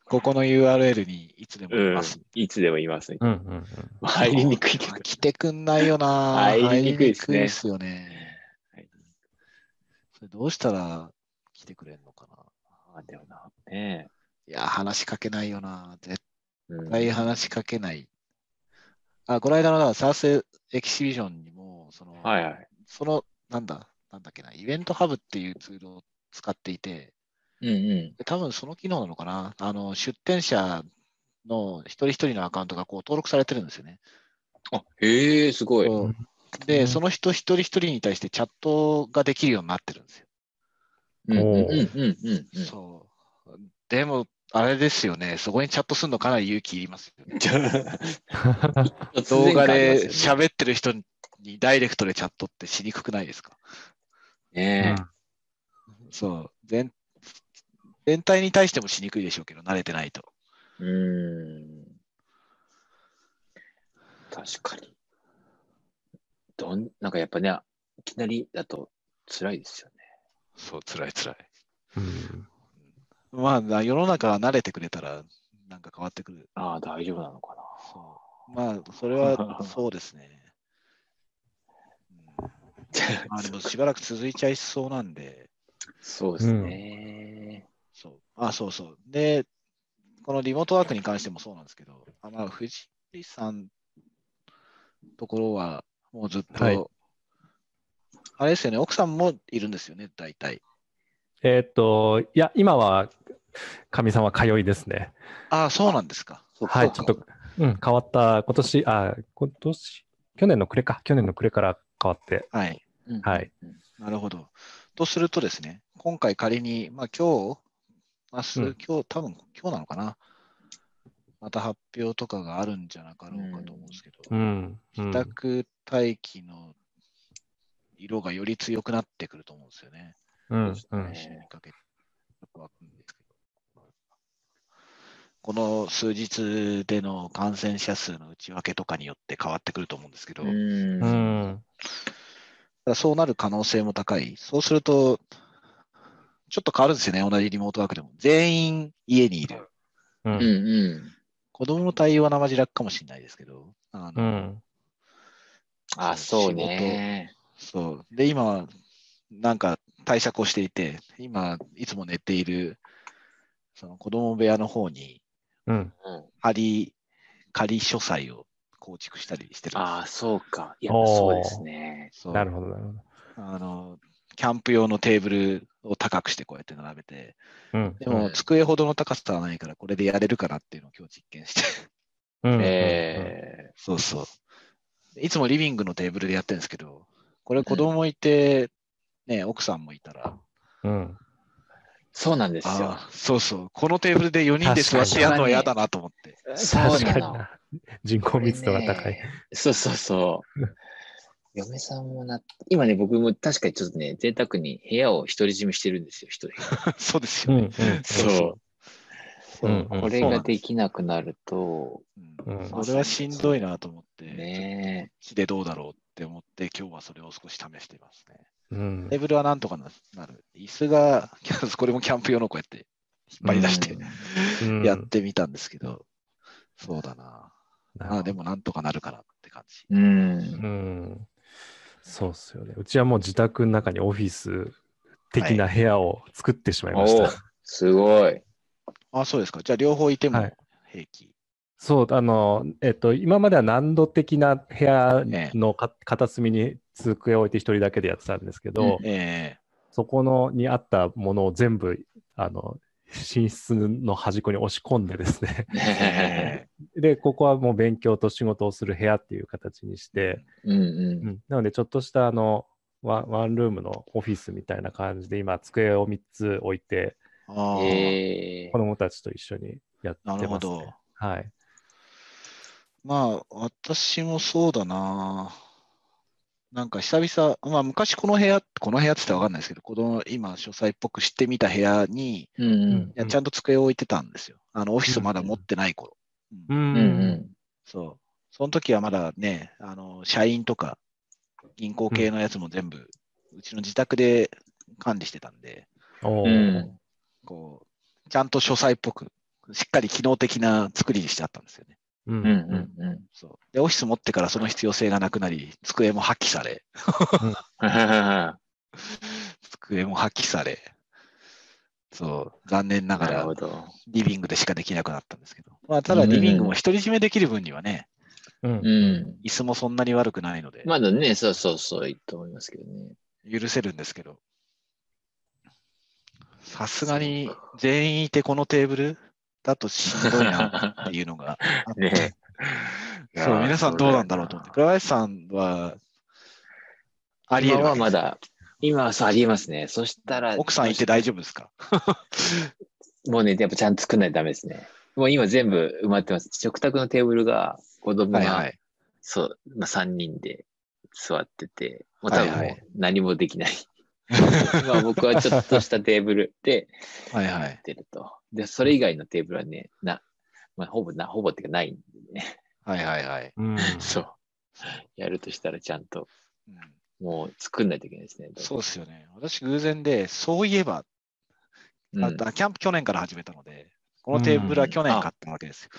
Speaker 1: ここの URL にいつでも
Speaker 3: う
Speaker 1: い
Speaker 3: ん
Speaker 1: ます。。
Speaker 3: いつでもいます。
Speaker 2: うんうんうん。
Speaker 3: 入りにくいけど
Speaker 1: あ。来てくんないよな。
Speaker 3: 入りにくいです
Speaker 1: 入
Speaker 3: ね
Speaker 1: りにくすよね。それどうしたら来てくれるのかな。
Speaker 3: あでもな、ね
Speaker 1: いや、話しかけないよな。絶
Speaker 3: え。うん
Speaker 1: 対話しかけない。あ、この間のだからサースエキシビジョンにも、その、
Speaker 3: はいはい。
Speaker 1: その、なんだ、なんだっけな、イベントハブっていうツールを使っていて、
Speaker 3: うんう
Speaker 1: 多分その機能なのかな。あの、出店者の一人一人のアカウントがこう登録されてるんですよね。
Speaker 3: ん。あ、へえ、すごい。
Speaker 1: そう
Speaker 2: うんう
Speaker 1: で、
Speaker 2: ん
Speaker 1: その人一人一人に対してチャットができるようになってるんですよ。
Speaker 3: うんうん
Speaker 2: おー
Speaker 3: うんうんうん
Speaker 1: そう。でも、あれですよね。そこにチャットするのかなり勇気いりますよね。
Speaker 3: うん。
Speaker 1: 動画で
Speaker 3: しゃ
Speaker 1: 喋ってる人にダイレクトでチャットってしにくくないですか
Speaker 3: ね
Speaker 1: そう。全全体に対してもしにくいでしょうけど、慣れてないと。
Speaker 3: え。うん。確かに。どん、なんかやっぱね、いきなりだと辛いですよね。
Speaker 1: そう、辛い辛い。
Speaker 2: うん
Speaker 1: まあ、な世の中が慣れてくれたら、なんか変わってくる。
Speaker 3: ああ、大丈夫なのかな。
Speaker 1: そうまあ、それはそうですね。うんまあ、でもしばらく続いちゃいそうなんで、
Speaker 3: そうですね。
Speaker 1: そう。あ、そうそう。で、このリモートワークに関してもそうなんですけど、あまあ、藤井さんところは、もうずっと、
Speaker 2: はい
Speaker 1: あれですよね、奥さんもいるんですよね、大体。
Speaker 2: えーっと、いや、今は、かみさんは通いですね。
Speaker 1: ああ、そうなんですか。そうか
Speaker 2: はい、ち
Speaker 1: そ
Speaker 2: ょ
Speaker 1: う
Speaker 2: っ
Speaker 1: か
Speaker 2: と、うん、変わった、今年、あ、今年、去年の暮れか、去年の暮れから変わって、
Speaker 1: はい。
Speaker 3: うん
Speaker 2: はい。
Speaker 3: うん
Speaker 1: なるほど。とするとですね、今回仮に、まあ今日、明日、
Speaker 2: うん
Speaker 1: 今日、多分今日なのかな。また発表とかがあるんじゃなかろうかと思うんですけど、
Speaker 2: うん。うん
Speaker 1: 自宅待機の色がより強くなってくると思うんですよね。
Speaker 2: うん、うん
Speaker 1: 来。週にかけて。よくわかんないですけどこの数日での感染者数の内訳とかによって変わってくると思うんですけど、
Speaker 2: う
Speaker 3: うん
Speaker 2: ん。
Speaker 1: ただそうなる可能性も高い。そうすると、ちょっと変わるんですよね、同じリモートワークでも。全員家にいる。
Speaker 2: う。
Speaker 3: うんん。
Speaker 1: 子供の対応はなまじ楽かもしれないですけど。あ
Speaker 2: う
Speaker 1: の
Speaker 2: ん。
Speaker 3: あ、そうね。
Speaker 1: そうで、今、なんか対策をしていて、今、いつも寝ている、その子供部屋の方に、
Speaker 2: うん。
Speaker 3: うん
Speaker 1: 仮、仮書斎を構築したりしてるんです
Speaker 3: ああ、そうか。いや、
Speaker 2: おー
Speaker 3: そうですね。
Speaker 1: そう
Speaker 2: なるほど、なるほど。
Speaker 1: あの、キャンプ用のテーブルを高くしてこうやって並べて、
Speaker 2: うん。
Speaker 1: で
Speaker 3: う
Speaker 1: も、
Speaker 3: ん
Speaker 1: 机ほどの高さはないから、これでやれるかなっていうのを今日実験して。
Speaker 2: うん。
Speaker 3: え
Speaker 1: そうそう。いつもリビングのテーブルでやってるんですけど、これ子供もいて、ね、奥さんもいたら、
Speaker 2: うん。
Speaker 3: ーそうなんですよ。
Speaker 1: あーそうそう、このテーブルで4人で座ってやるのは嫌だなと思って。
Speaker 3: そう
Speaker 2: 確
Speaker 3: な
Speaker 2: かに
Speaker 3: の。
Speaker 2: な。人口密度が高
Speaker 3: これ
Speaker 2: い
Speaker 3: ね。。そうそうそう。 嫁さんもな、今ね、僕も確かにちょっとね、贅沢に部屋を独り占めしてるんですよ、一人。
Speaker 1: そうです
Speaker 2: う
Speaker 1: よ
Speaker 2: ん
Speaker 1: ね。
Speaker 2: うん。
Speaker 3: そう
Speaker 1: そう
Speaker 2: うんうん
Speaker 3: これができなくなると、
Speaker 1: うん
Speaker 2: うん
Speaker 1: それはしんどいなと思って、
Speaker 3: ね
Speaker 1: ちょっとこっちでどうだろうって思って、今日はそれを少し試していますね。
Speaker 2: うん
Speaker 1: テーブルはなんとかななる。椅子が、これもキャンプ用のこうやって引っ張り出して、
Speaker 2: うん
Speaker 1: やってみたんですけど、そうだな。まあでもなんとかなるかなって感じ。
Speaker 3: うん。
Speaker 2: うん。そうっすよね。うちはもう自宅の中にオフィス的な部屋を作ってしまいました。
Speaker 3: おーすごい。
Speaker 1: あ、そうですか。じゃあ両方いて
Speaker 2: は
Speaker 1: も
Speaker 2: い
Speaker 1: 平気。
Speaker 2: そう、あの、えっと、今までは難度的な部屋
Speaker 1: ええ
Speaker 2: のか片隅に机を置いて一人だけでやってたんですけど、
Speaker 3: うん
Speaker 1: え
Speaker 2: そこのにあったものを全部、あの、寝室の端っこに押し込んでですね。
Speaker 1: ええ
Speaker 2: で、ここはもう勉強と仕事をする部屋っていう形にし
Speaker 1: え
Speaker 2: て、
Speaker 3: うんう。
Speaker 2: うんん、なので、ちょっとしたあのワン、ワンルームのオフィスみたいな感じで、今、机を3つ置いて、
Speaker 1: ああ、
Speaker 3: え
Speaker 2: 子供たちと一緒にやって
Speaker 1: な
Speaker 2: ます、ね。
Speaker 1: るほど。
Speaker 2: はい。
Speaker 1: まあ、私もそうだな。なんか久々、まあ昔この部屋、この部屋って言ったらわかんないですけど、この今書斎っぽくしてみた部屋に、い
Speaker 3: うんうん。
Speaker 1: やちゃんと机を置いてたんですよ。あの、オフィスまだ持ってない頃。
Speaker 2: う。
Speaker 3: うんんうん。
Speaker 1: そう。その時はまだね、あの、社員とか銀行系のやつも全部、うちの自宅で管理してたんで、
Speaker 2: お
Speaker 3: う
Speaker 2: ー
Speaker 3: ん
Speaker 1: こう、ちゃんと書斎っぽくしっかり機能的な作りにしてあったんですよね。
Speaker 2: うん
Speaker 3: うんうんうん。
Speaker 1: そうで、オフィス持ってからその必要性がなくなり、机も破棄され、
Speaker 3: な
Speaker 1: 机も破棄され、そう、残念なが
Speaker 3: る
Speaker 1: ら
Speaker 3: ほど。
Speaker 1: リビングでしかできなくなったんですけど、まあ、ただリビングも独り占めできる分にはね、
Speaker 2: うん
Speaker 3: う。ん。
Speaker 1: 椅子もそんなに悪くないので、
Speaker 3: まだね、そうそうそう、いいと思いますけどね。
Speaker 1: 許せるんですけど、さすがに全員いてこのテーブルだとしんどいなっていうのがあって、
Speaker 3: ねえ
Speaker 1: そう、皆さんどうなんだろうと思って、倉林さんは、ありえるわ
Speaker 3: 今は
Speaker 1: けで
Speaker 3: ますだ、今はそうありえますね。そしたら、
Speaker 1: 奥さんいて大丈夫ですか
Speaker 3: もうね、やっぱちゃんと作んないとダメですね。もう今全部埋まってます。食卓のテーブルが子供が、
Speaker 1: はいはい。
Speaker 3: そう、まあ、3人で座ってて、もう多分
Speaker 1: はいは
Speaker 3: も
Speaker 1: いう
Speaker 3: 何もできない。 今僕はちょっとしたテーブル で
Speaker 1: はいは
Speaker 3: やっ
Speaker 1: い。
Speaker 3: てると。で、それ以外のテーブルはね、な、まあ、ほぼな、ほぼっていうかないんでね。
Speaker 1: はいはいはい。
Speaker 2: うん。
Speaker 3: そう。やるとしたらちゃんと、
Speaker 1: うん
Speaker 3: もう作んないといけないですね。
Speaker 1: そうですよね。私、偶然で、そういえば、
Speaker 3: うん。
Speaker 1: あだキャンプ去年から始めたので、このテーブルは去年買ったわけですよ。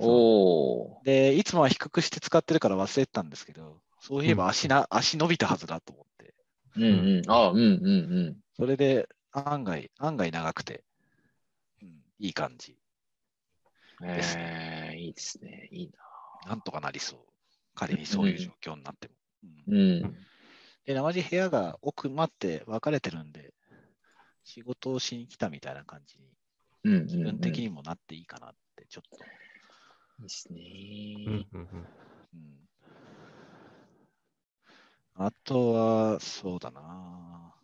Speaker 1: そう
Speaker 3: おお。
Speaker 1: で、いつもは比較して使ってるから忘れてたんですけど、そういえば足な、足伸びたはずだと思って、
Speaker 3: うんうん。あうんうんうん。
Speaker 1: それで案外、案外長くて、うん、いい感じ。です
Speaker 3: えー、いいですね。いい
Speaker 1: なんとかなりそう。仮にそういう状況になっても。うん
Speaker 3: な。うん。
Speaker 1: で、生地部屋が奥まって分かれてるんで、仕事をしに来たみたいな感じに、
Speaker 3: うんうん、うん。
Speaker 1: 自分的にもなっていいかなって、ちょっと、
Speaker 3: いいです
Speaker 2: う
Speaker 3: ね
Speaker 2: ん。うんうん
Speaker 1: うん。あとは、そうだな。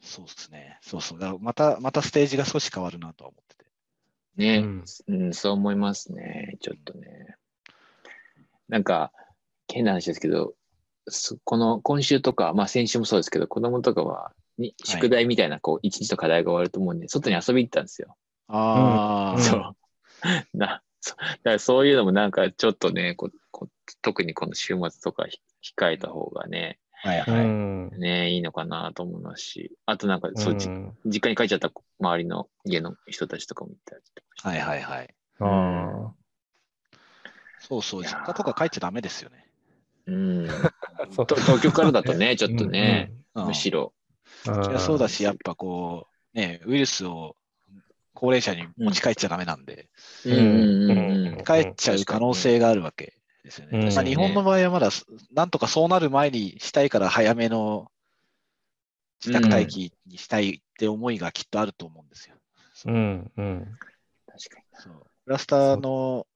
Speaker 1: そうですね。そうそう。だからまた、またステージが少し変わるなとは思ってて。
Speaker 3: ね、
Speaker 2: うん
Speaker 3: うん、そう思いますね。ちょっとね。なんか、変な話ですけど、すこの今週とか、まあ先週もそうですけど、子供とかは、に
Speaker 1: はい
Speaker 3: 宿題みたいな、こう、一日の課題が終わると思うんで、外に遊びに行ったんですよ。
Speaker 1: ああ、
Speaker 2: うん
Speaker 3: そう。 な、そうだからそういうのもなんかちょっとね、ここ特にこの週末とかひ控えた方がね、
Speaker 1: はいは
Speaker 2: う
Speaker 1: い。
Speaker 2: ん。
Speaker 3: ね、いいのかなと思いますし、あとなんか、そう、じ
Speaker 2: ん
Speaker 3: 実家に帰っちゃった周りの家の人たちとかもいたりとかして
Speaker 1: はいはいはい。
Speaker 2: あ
Speaker 1: そうそう。
Speaker 3: いやー
Speaker 1: 実家とか帰っちゃダメです よね。
Speaker 3: うん、
Speaker 2: あ。
Speaker 3: と東京からだ とね、ちょっとね、
Speaker 1: うん
Speaker 3: むしろ。
Speaker 2: うん。
Speaker 1: いやそうだし、やっぱこう、ね、ウイルスを高齢者に持ち帰っちゃダメなんで、
Speaker 3: う
Speaker 2: うん
Speaker 3: んうんうんうん
Speaker 2: うん
Speaker 1: 帰っちゃう可能性があるわけですよね。
Speaker 2: うん
Speaker 1: まあ、日本の場合はまだ、なんとかそうなる前にしたいから早めの自宅待機にしたいって思いがきっとあると思うんですよ。
Speaker 2: うん。うん。
Speaker 3: 確か
Speaker 1: そうクラスターの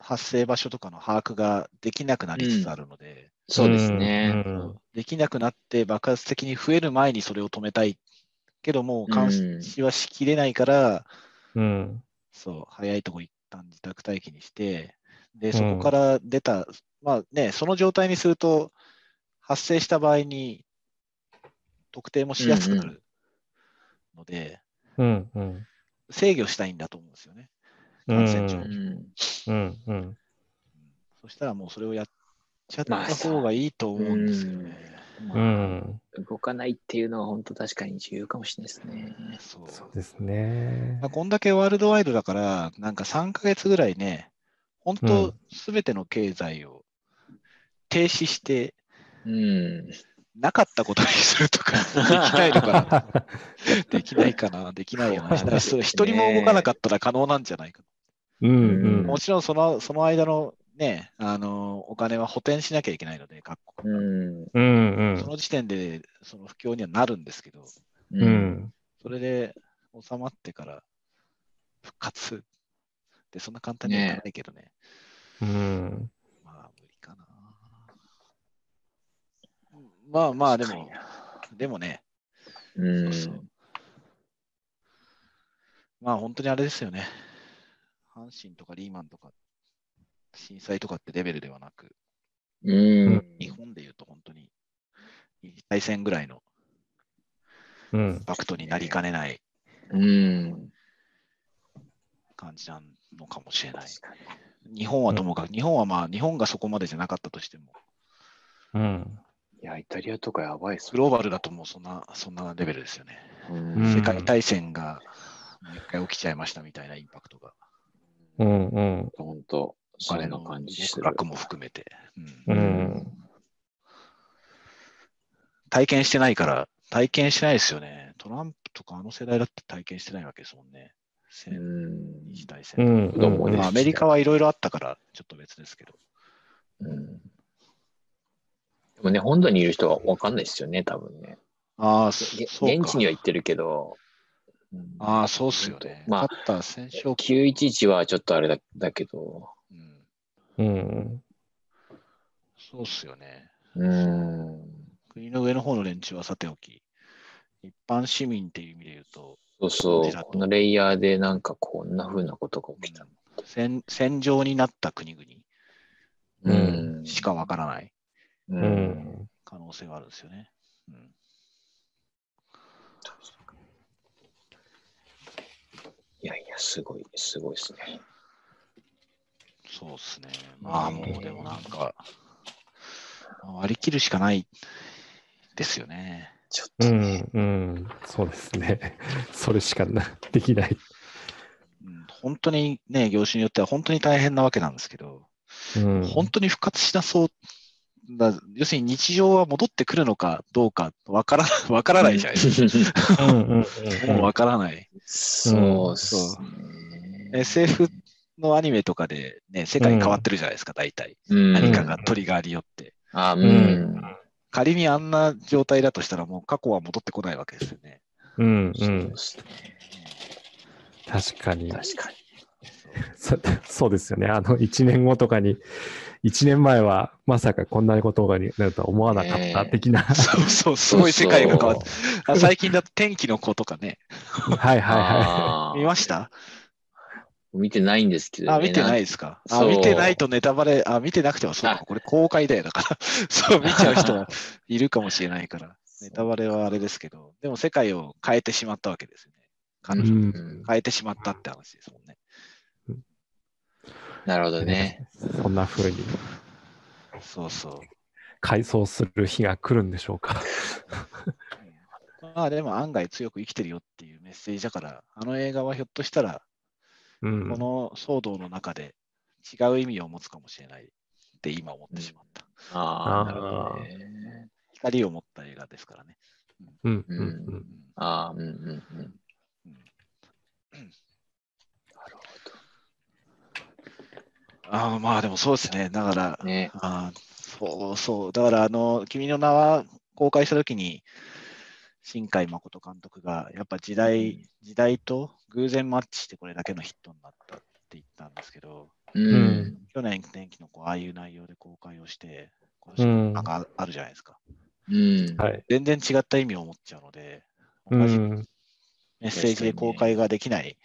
Speaker 1: 発生場所とかの把握ができなくなりつつあるので、
Speaker 3: に。そうですね。
Speaker 2: うん。う
Speaker 1: そ
Speaker 2: ん
Speaker 1: うできなくなって爆発的に増える前にそれを止めたい。けどもう監視はしきれないから、
Speaker 2: うん。
Speaker 1: そう、早いとこ一旦自宅待機にして、で、
Speaker 2: ん
Speaker 1: そこから出た、まあね、その状態にすると、発生した場合に特定もしやすくなるので、
Speaker 2: うん。うん。
Speaker 1: 制御したいんだと思うんですよね。
Speaker 2: うん
Speaker 1: 感染状
Speaker 3: う
Speaker 1: 況
Speaker 3: ん
Speaker 2: うん。うん。
Speaker 1: そしたらもうそれをやっちゃった方がいいと思うんですよね。
Speaker 2: う
Speaker 3: まあ
Speaker 2: ん。
Speaker 3: 動かないっていうのは本当確かに重要かもしれないですね。
Speaker 1: そう
Speaker 2: そうですね
Speaker 1: まあ。こんだけワールドワイドだから、なんか3ヶ月ぐらいね、本
Speaker 2: う
Speaker 1: 当
Speaker 2: ん
Speaker 1: すべての経済を停止して、
Speaker 3: うん。
Speaker 1: なかったことにすると か、できないのかな。できないかな、できないよな。
Speaker 3: そうなんです
Speaker 1: そう
Speaker 3: ね
Speaker 1: 一人も動かなかったら可能なんじゃないか。
Speaker 2: うん。うん
Speaker 1: も。ちろんそのその間のね、あのお金は補填しなきゃいけないので、各国。
Speaker 3: うん。
Speaker 2: うん。うん
Speaker 1: そ。の時点でその不況にはなるんですけど、
Speaker 2: う
Speaker 3: うん。
Speaker 2: ん。
Speaker 1: それで収まってから復活ってそんな簡単にはいかないけどね。
Speaker 2: うん。
Speaker 1: まあ無理かな。まあまあで
Speaker 3: 確
Speaker 1: も
Speaker 3: か、
Speaker 1: でもね、
Speaker 3: う
Speaker 1: そ
Speaker 3: ん
Speaker 1: うそうまあ本当にあれですよね。阪神とかリーマンとか、震災とかってレベルではなく、
Speaker 3: うん。
Speaker 1: 日本でいうと本当に、大戦ぐらいの
Speaker 2: うん。
Speaker 1: バクトになりかねない
Speaker 3: うん。
Speaker 1: 感じなのかもしれない。
Speaker 3: 確かに
Speaker 1: 日本はともかく、日本はまあ、日本がそこまでじゃなかったとしても、
Speaker 2: うん。
Speaker 3: いや、イタリアとかやばいっす
Speaker 1: グローバルだともうそんな、そんなレベルですよね。
Speaker 3: うん
Speaker 2: うん
Speaker 1: 世界大戦がもう一回起きちゃいましたみたいなインパクトが、
Speaker 2: うんうん。
Speaker 3: 本当
Speaker 1: お
Speaker 3: そ
Speaker 1: 金
Speaker 3: ん
Speaker 1: の
Speaker 3: な感じする。
Speaker 1: 額も含めて、
Speaker 2: う
Speaker 1: うん
Speaker 2: ん。
Speaker 1: 体験してないから、体験してないですよね。トランプとかあの世代だって体験してないわけですもんね。
Speaker 3: う
Speaker 1: 戦
Speaker 3: ん
Speaker 1: 二次大戦
Speaker 2: う
Speaker 1: とか
Speaker 2: ん。
Speaker 3: 子供
Speaker 2: うん
Speaker 3: です
Speaker 1: まあアメリカはいろいろあったから、ちょっと別ですけど。
Speaker 3: うんでもね、本土にいる人は分かんないですよね、多分ね。
Speaker 1: ああ、そ
Speaker 3: げ
Speaker 1: そう
Speaker 3: 現
Speaker 1: か
Speaker 3: 地に。は行ってるけど、うん
Speaker 1: ああ、そうっすよね。
Speaker 3: まあ
Speaker 1: 勝った戦勝国、
Speaker 3: 911はちょっとあれだだけど、
Speaker 1: うん。
Speaker 2: うん。
Speaker 1: そうっすよね。
Speaker 3: うん、
Speaker 1: 国の上の方の連中はさておき、一般市民っていう意味で言うと、
Speaker 3: そうそう、このレイヤーでなんかこんな風なことが起きたの。
Speaker 1: 戦戦場になった国々
Speaker 2: うん
Speaker 1: しかわからない
Speaker 3: うん
Speaker 2: うん。
Speaker 1: 可能性があるんですよね。うん、
Speaker 3: いやいや、すごい、すごいですね。
Speaker 1: そうっすね。まあ
Speaker 3: ね
Speaker 1: もうでもなんか、割り切るしかないですよね。
Speaker 3: ちょっ
Speaker 2: う
Speaker 3: と、
Speaker 2: ん、うん、そうですね。それしかなできない。
Speaker 1: うん、本当にね、業種によっては本当に大変なわけなんですけど、
Speaker 2: うん、
Speaker 1: 本当に復活しなそうだ、要するに日常は戻ってくるのかどうかわから わからないじゃないです
Speaker 2: うんうん
Speaker 1: か。もうわからない。
Speaker 3: そうっすね。
Speaker 1: SF のアニメとかで、ね、世界変わってるじゃないですか、大体。
Speaker 3: うん
Speaker 1: 何かがトリガーによって。
Speaker 3: あ、う
Speaker 2: うんん。
Speaker 1: 仮にあんな状態だとしたら、もう過去は戻ってこないわけですよね。
Speaker 2: うん、う
Speaker 3: そうっ
Speaker 2: ん、
Speaker 3: すね
Speaker 2: 確かに
Speaker 3: 確かに。
Speaker 2: そ。そうですよね。あの、1年後とかに、1年前はまさかこんなことがになるとは思わなかった
Speaker 3: ねえ
Speaker 2: 的な。
Speaker 1: そうそう、すごい世界が変わって
Speaker 3: て。。
Speaker 1: あ最近だと天気の子とかね、
Speaker 2: はいはいは
Speaker 3: あー
Speaker 1: 見ました
Speaker 3: 見てないんですけどね。
Speaker 1: あ、見てないですか。あ、
Speaker 3: そう
Speaker 1: 見てないとネタバレ、あ、見てなくてはそう
Speaker 3: あ
Speaker 1: か、これ公開だよ、だから。 そう、見ちゃう人もいるかもしれないから。ネタバレはあれですけど、でも世界を変えてしまったわけですよね。彼
Speaker 2: い。う
Speaker 1: 女、
Speaker 2: ん、
Speaker 1: 変えてしまったって話ですもんね。
Speaker 3: なるほどね。
Speaker 2: そんな風に
Speaker 1: そうそう。
Speaker 2: 改装する日が来るんでしょうか。
Speaker 1: まあでも案外強く生きてるよっていうメッセージだから、あの映画はひょっとしたら、
Speaker 2: うん
Speaker 1: こ、の騒動の中で違う意味を持つかもしれないって今思ってしまった。
Speaker 3: ああ、
Speaker 2: あー
Speaker 3: なるほどね。
Speaker 1: 光を持った映画ですからね。
Speaker 2: うん、う、
Speaker 1: うんん
Speaker 3: ああ、うんうんうん。なるほ
Speaker 1: ああまあでもそうですね。だから
Speaker 3: ど。、ね。
Speaker 1: あーそうそう。だから、あの、君の名は公開したときに、新海誠監督が、やっぱ時代、時代と偶然マッチしてこれだけのヒットになったって言ったんですけど、
Speaker 3: うん。
Speaker 2: うん
Speaker 1: 去年、天気の子、ああいう内容で公開をして、今
Speaker 2: う
Speaker 1: 年
Speaker 2: ん
Speaker 1: なんかあるじゃないですか。
Speaker 3: うん。
Speaker 2: うん。はい。
Speaker 1: 全然違った意味を持っちゃうので、
Speaker 2: う
Speaker 1: 同じメ
Speaker 2: ん、
Speaker 1: ッセージで公開ができない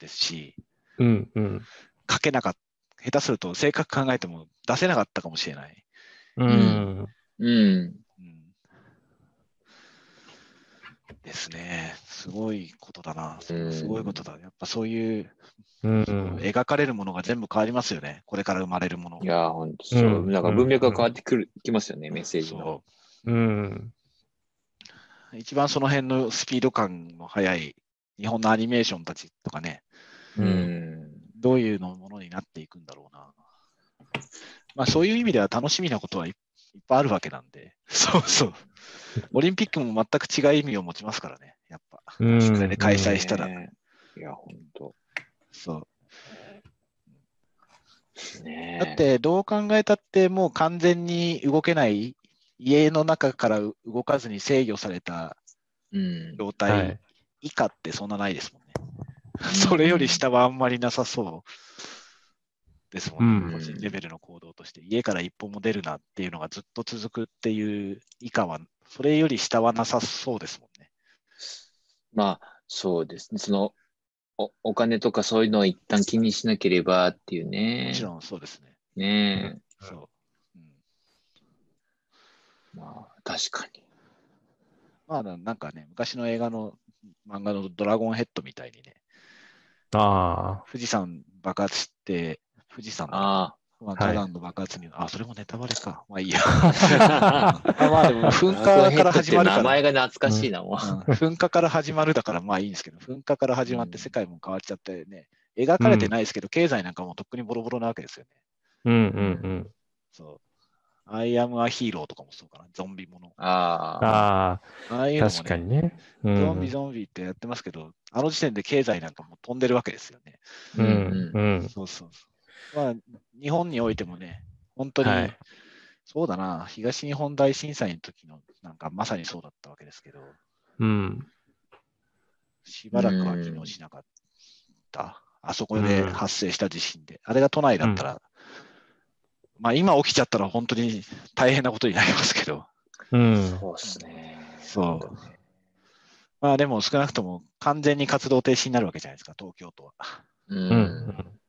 Speaker 1: ですし、
Speaker 2: うん、うん。
Speaker 1: 書けなかった、下手すると正確考えても出せなかったかもしれない。
Speaker 2: うん
Speaker 3: うん。
Speaker 1: うんですね。すごいことだな。
Speaker 3: うん
Speaker 1: すごいことだ。やっぱそういう、
Speaker 2: うん
Speaker 1: 描かれるものが全部変わりますよね。これから生まれるもの。
Speaker 3: いやー、ほんとそうう。
Speaker 2: ん
Speaker 3: なんか文脈が変わってくる、きますよね、メッセージの
Speaker 1: そ。
Speaker 2: うん。
Speaker 1: う一番その辺のスピード感の速い日本のアニメーションたちとかね、
Speaker 2: う
Speaker 3: うん。
Speaker 1: どういうのものになっていくんだろうな。まあそういう意味では楽しみなことはいいっぱいあるわけなんで、そう そう。オリンピックも全く違う意味を持ちますからね、やっぱ。
Speaker 2: うん
Speaker 1: それで開催したら。
Speaker 3: ねいや、ほんと。
Speaker 1: そう。
Speaker 3: ね
Speaker 1: だっ、てどう考えたってもう完全に動けない家の中からう動かずに制御された
Speaker 3: うん。
Speaker 1: 状
Speaker 2: は
Speaker 1: 態
Speaker 2: い
Speaker 1: 以下ってそんなないですもんね。それより下はあんまりなさそうですもんね、
Speaker 2: うん
Speaker 1: 個人レベルの行動として家から一歩も出るなっていうのがずっと続くっていう以下はそれより下はなさそうですもんね。
Speaker 3: まあ、そうですね。その、おお金とかそういうのを一旦気にしなければっていうね。
Speaker 1: もちろんそうですね。
Speaker 3: ねえ。
Speaker 1: そう。うん
Speaker 3: まあ、確かに。
Speaker 1: まあなんかね、昔の映画の漫画のドラゴンヘッドみたいにね、
Speaker 2: ああ。
Speaker 1: 富士山爆発して、富士山の
Speaker 3: あ
Speaker 1: まあ、
Speaker 2: はい
Speaker 1: 火山の爆発に、あ、それもネタバレ か。まあいいや。
Speaker 3: 噴
Speaker 1: あま あでも、噴火から始まるか
Speaker 3: 名
Speaker 1: ら、
Speaker 3: 前が懐かしいな、もう。
Speaker 1: うん噴火から始まるだからまあいいんですけど、噴火から始まっ
Speaker 3: う
Speaker 1: て
Speaker 3: ん
Speaker 1: 世界も変わっちゃってね、描かれてないですけど、経済なんかもうとっくにボロボロなわけですよね。
Speaker 2: うんうんうん。
Speaker 1: そう。アイアムアヒーローとかもそうかな、ゾンビもの。
Speaker 3: ああ。
Speaker 2: あ
Speaker 1: ああい
Speaker 2: あ、
Speaker 1: うのも、ね、
Speaker 2: 確かにね。うん
Speaker 1: ゾンビゾンビってやってますけど、あの時点で経済なんかもう飛んでるわけですよね。
Speaker 2: うんうん。
Speaker 1: そうそうそう。まあ、日本においてもね、本当に、
Speaker 2: はい
Speaker 1: そうだな、東日本大震災の時のなんかまさにそうだったわけですけど、
Speaker 2: うん。
Speaker 1: しばらくは機能しなかった。あそこで発生した地震で。あれが都内だったら、まあ今起きちゃったら本当に大変なことになりますけど、
Speaker 2: うん。
Speaker 3: そうっすね。
Speaker 1: そう。まあでも少なくとも完全に活動停止になるわけじゃないですか、東京都は。
Speaker 3: う。
Speaker 2: うんん。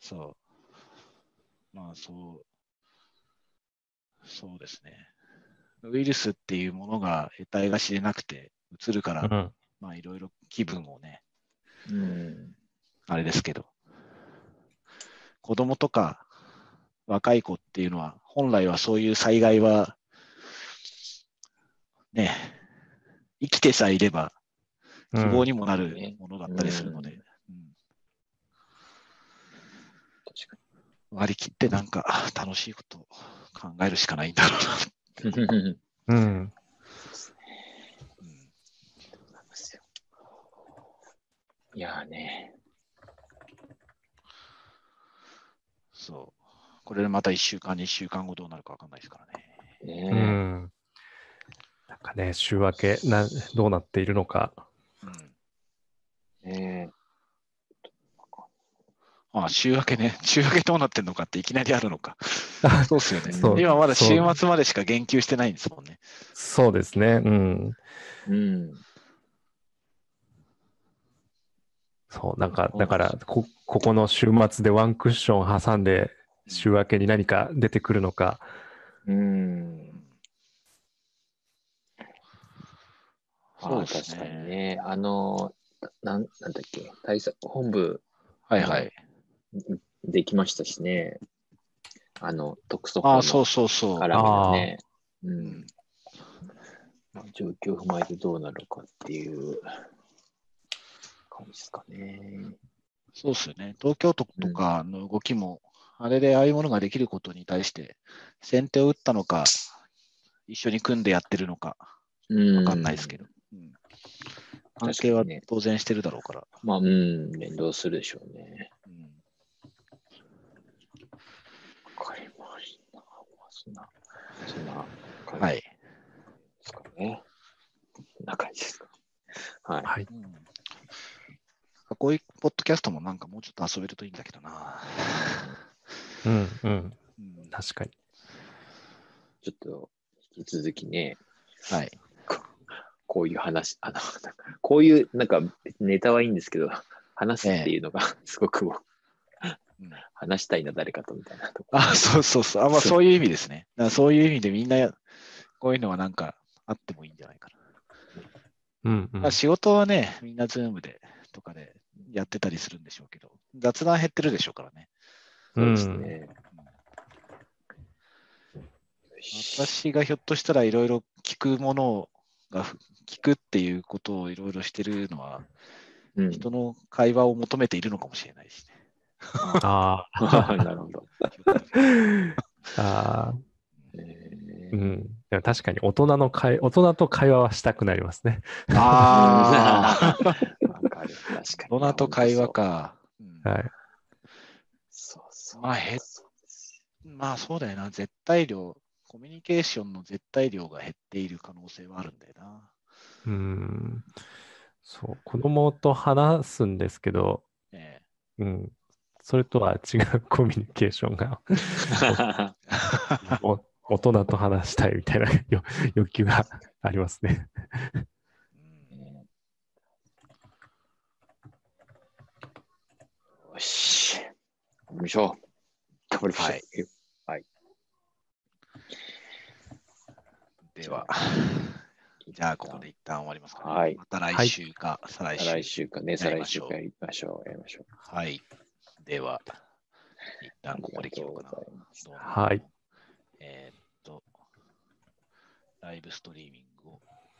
Speaker 1: そう。まあそう。そうですね。ウイルスっていうものが得体が知れなくて移るから、
Speaker 2: うん。
Speaker 1: まあいろいろ気分をね、
Speaker 3: うん。
Speaker 1: あれですけど、子供とか若い子っていうのは、本来はそういう災害は、ね、生きてさえいれば希望にもなるものだったりするので、うん割り切ってなんか楽しいことを考えるしかないんだろうな。
Speaker 3: 確かに。
Speaker 2: うん。
Speaker 1: うん
Speaker 3: なんですよいやーね。
Speaker 1: そう。これでまた1週間、2週間後どうなるかわかんないですからね。
Speaker 2: う
Speaker 3: ね
Speaker 2: ん。なんかね、週明け、などうなっているのか。
Speaker 1: うん
Speaker 3: え。ね
Speaker 1: ああ週明けね、 週明けどうなってんのかっていきなりあるのか。
Speaker 2: あ
Speaker 1: そうですよね。
Speaker 2: そう
Speaker 1: 今まだ週
Speaker 2: そう
Speaker 1: 末までしか言及してないんですもんね。
Speaker 2: そうですね。うん。
Speaker 3: えうん。
Speaker 2: そう、なんか
Speaker 1: そ、うな
Speaker 2: だ
Speaker 1: んです
Speaker 2: か
Speaker 1: よ
Speaker 2: ら、こ、ここの週末でワンクッション挟んで、週明けに何か出てくるのか。
Speaker 3: うん。
Speaker 1: そうで
Speaker 3: ああ確
Speaker 1: す
Speaker 3: か
Speaker 1: ね。
Speaker 3: にね。あの、なんなんだっけ、対策本部
Speaker 1: はいはい。
Speaker 3: できましたしね。あの、特措
Speaker 1: あ
Speaker 3: 法
Speaker 1: あ、そう
Speaker 3: の
Speaker 1: そうそう。
Speaker 3: 絡みのね。う
Speaker 1: うんん。
Speaker 3: まあ状況を踏まえてどうなるかっていう感じですかね。
Speaker 1: そうですよね。東京都とかの動きも、あれでああいうものができることに対して、先手を打ったのか、一緒に組んでやってるのか、
Speaker 3: わ
Speaker 1: わかんないですけど。うん関係
Speaker 3: 確
Speaker 1: は
Speaker 3: かにね
Speaker 1: 当然してるだろうから。
Speaker 3: まあ、うん、連動するでしょうね。
Speaker 1: うん
Speaker 3: わかりました。まあそんな、そんな感じ
Speaker 1: は
Speaker 3: で
Speaker 1: い。
Speaker 3: すかね。そんな感じですか。はい。
Speaker 2: はい。
Speaker 1: うんこういうポッドキャストもなんかもうちょっと遊べるといいんだけどな。
Speaker 2: うん、う
Speaker 1: う
Speaker 2: ん。
Speaker 1: ん
Speaker 2: 確かに。
Speaker 3: ちょっと、引き続きね、
Speaker 1: はい。
Speaker 3: こういう話、 あの、なんかこういう、なんか、ネタはいいんですけど、話すっていうのが、すごく僕
Speaker 1: うん
Speaker 3: 話したいな、誰かとみたいなとこ。
Speaker 1: あ、そうそうそう。あまあ、そういう意味ですね。だからそういう意味でみんな、こういうのはなんかあってもいいんじゃないかな。
Speaker 2: うん、うん
Speaker 1: まあ、。仕事はね、みんなズームでとかでやってたりするんでしょうけど、雑談減ってるでしょうからね。
Speaker 3: そうですね。よし
Speaker 1: 私がひょっとしたらいろいろ聞くものが、聞くっていうことをいろいろしてるのは、
Speaker 3: うん、
Speaker 1: 人の会話を求めているのかもしれないしね。
Speaker 2: あ あ。
Speaker 3: なるほど。
Speaker 2: ああ。
Speaker 3: えー
Speaker 2: うん。でも確かに大人の会、大人と会話はしたくなりますね。
Speaker 1: ああ、
Speaker 3: わかる。確かに。
Speaker 1: どなと会話。か。うん
Speaker 2: はい。
Speaker 3: そうそう。
Speaker 1: まあへまあそうだよな、絶対量、コミュニケーションの絶対量が減っている可能性はあるんだよな。
Speaker 2: うん。そう。子供と話すんですけど、
Speaker 1: ね
Speaker 2: うん。それとは違うコミュニケーションが、 お 大人と話したいみたいな欲 欲求がありますね。
Speaker 1: え
Speaker 3: よし。頑張りましょう。頑張りましょう。
Speaker 1: はいでは、 じゃあここで一旦終わりますか、ね。
Speaker 3: はい
Speaker 1: また来週か、再来
Speaker 3: 再来
Speaker 1: 週。
Speaker 3: 週かね、
Speaker 1: や
Speaker 3: 再
Speaker 1: り
Speaker 3: 来
Speaker 1: まし
Speaker 3: 週
Speaker 1: ょう
Speaker 3: かやりましょう。やりましょう。
Speaker 1: はい。では、一旦ここで切ろうかな
Speaker 3: ありがとうございます。
Speaker 1: どうも
Speaker 2: はい。
Speaker 1: えーっと、ライブストリーミング。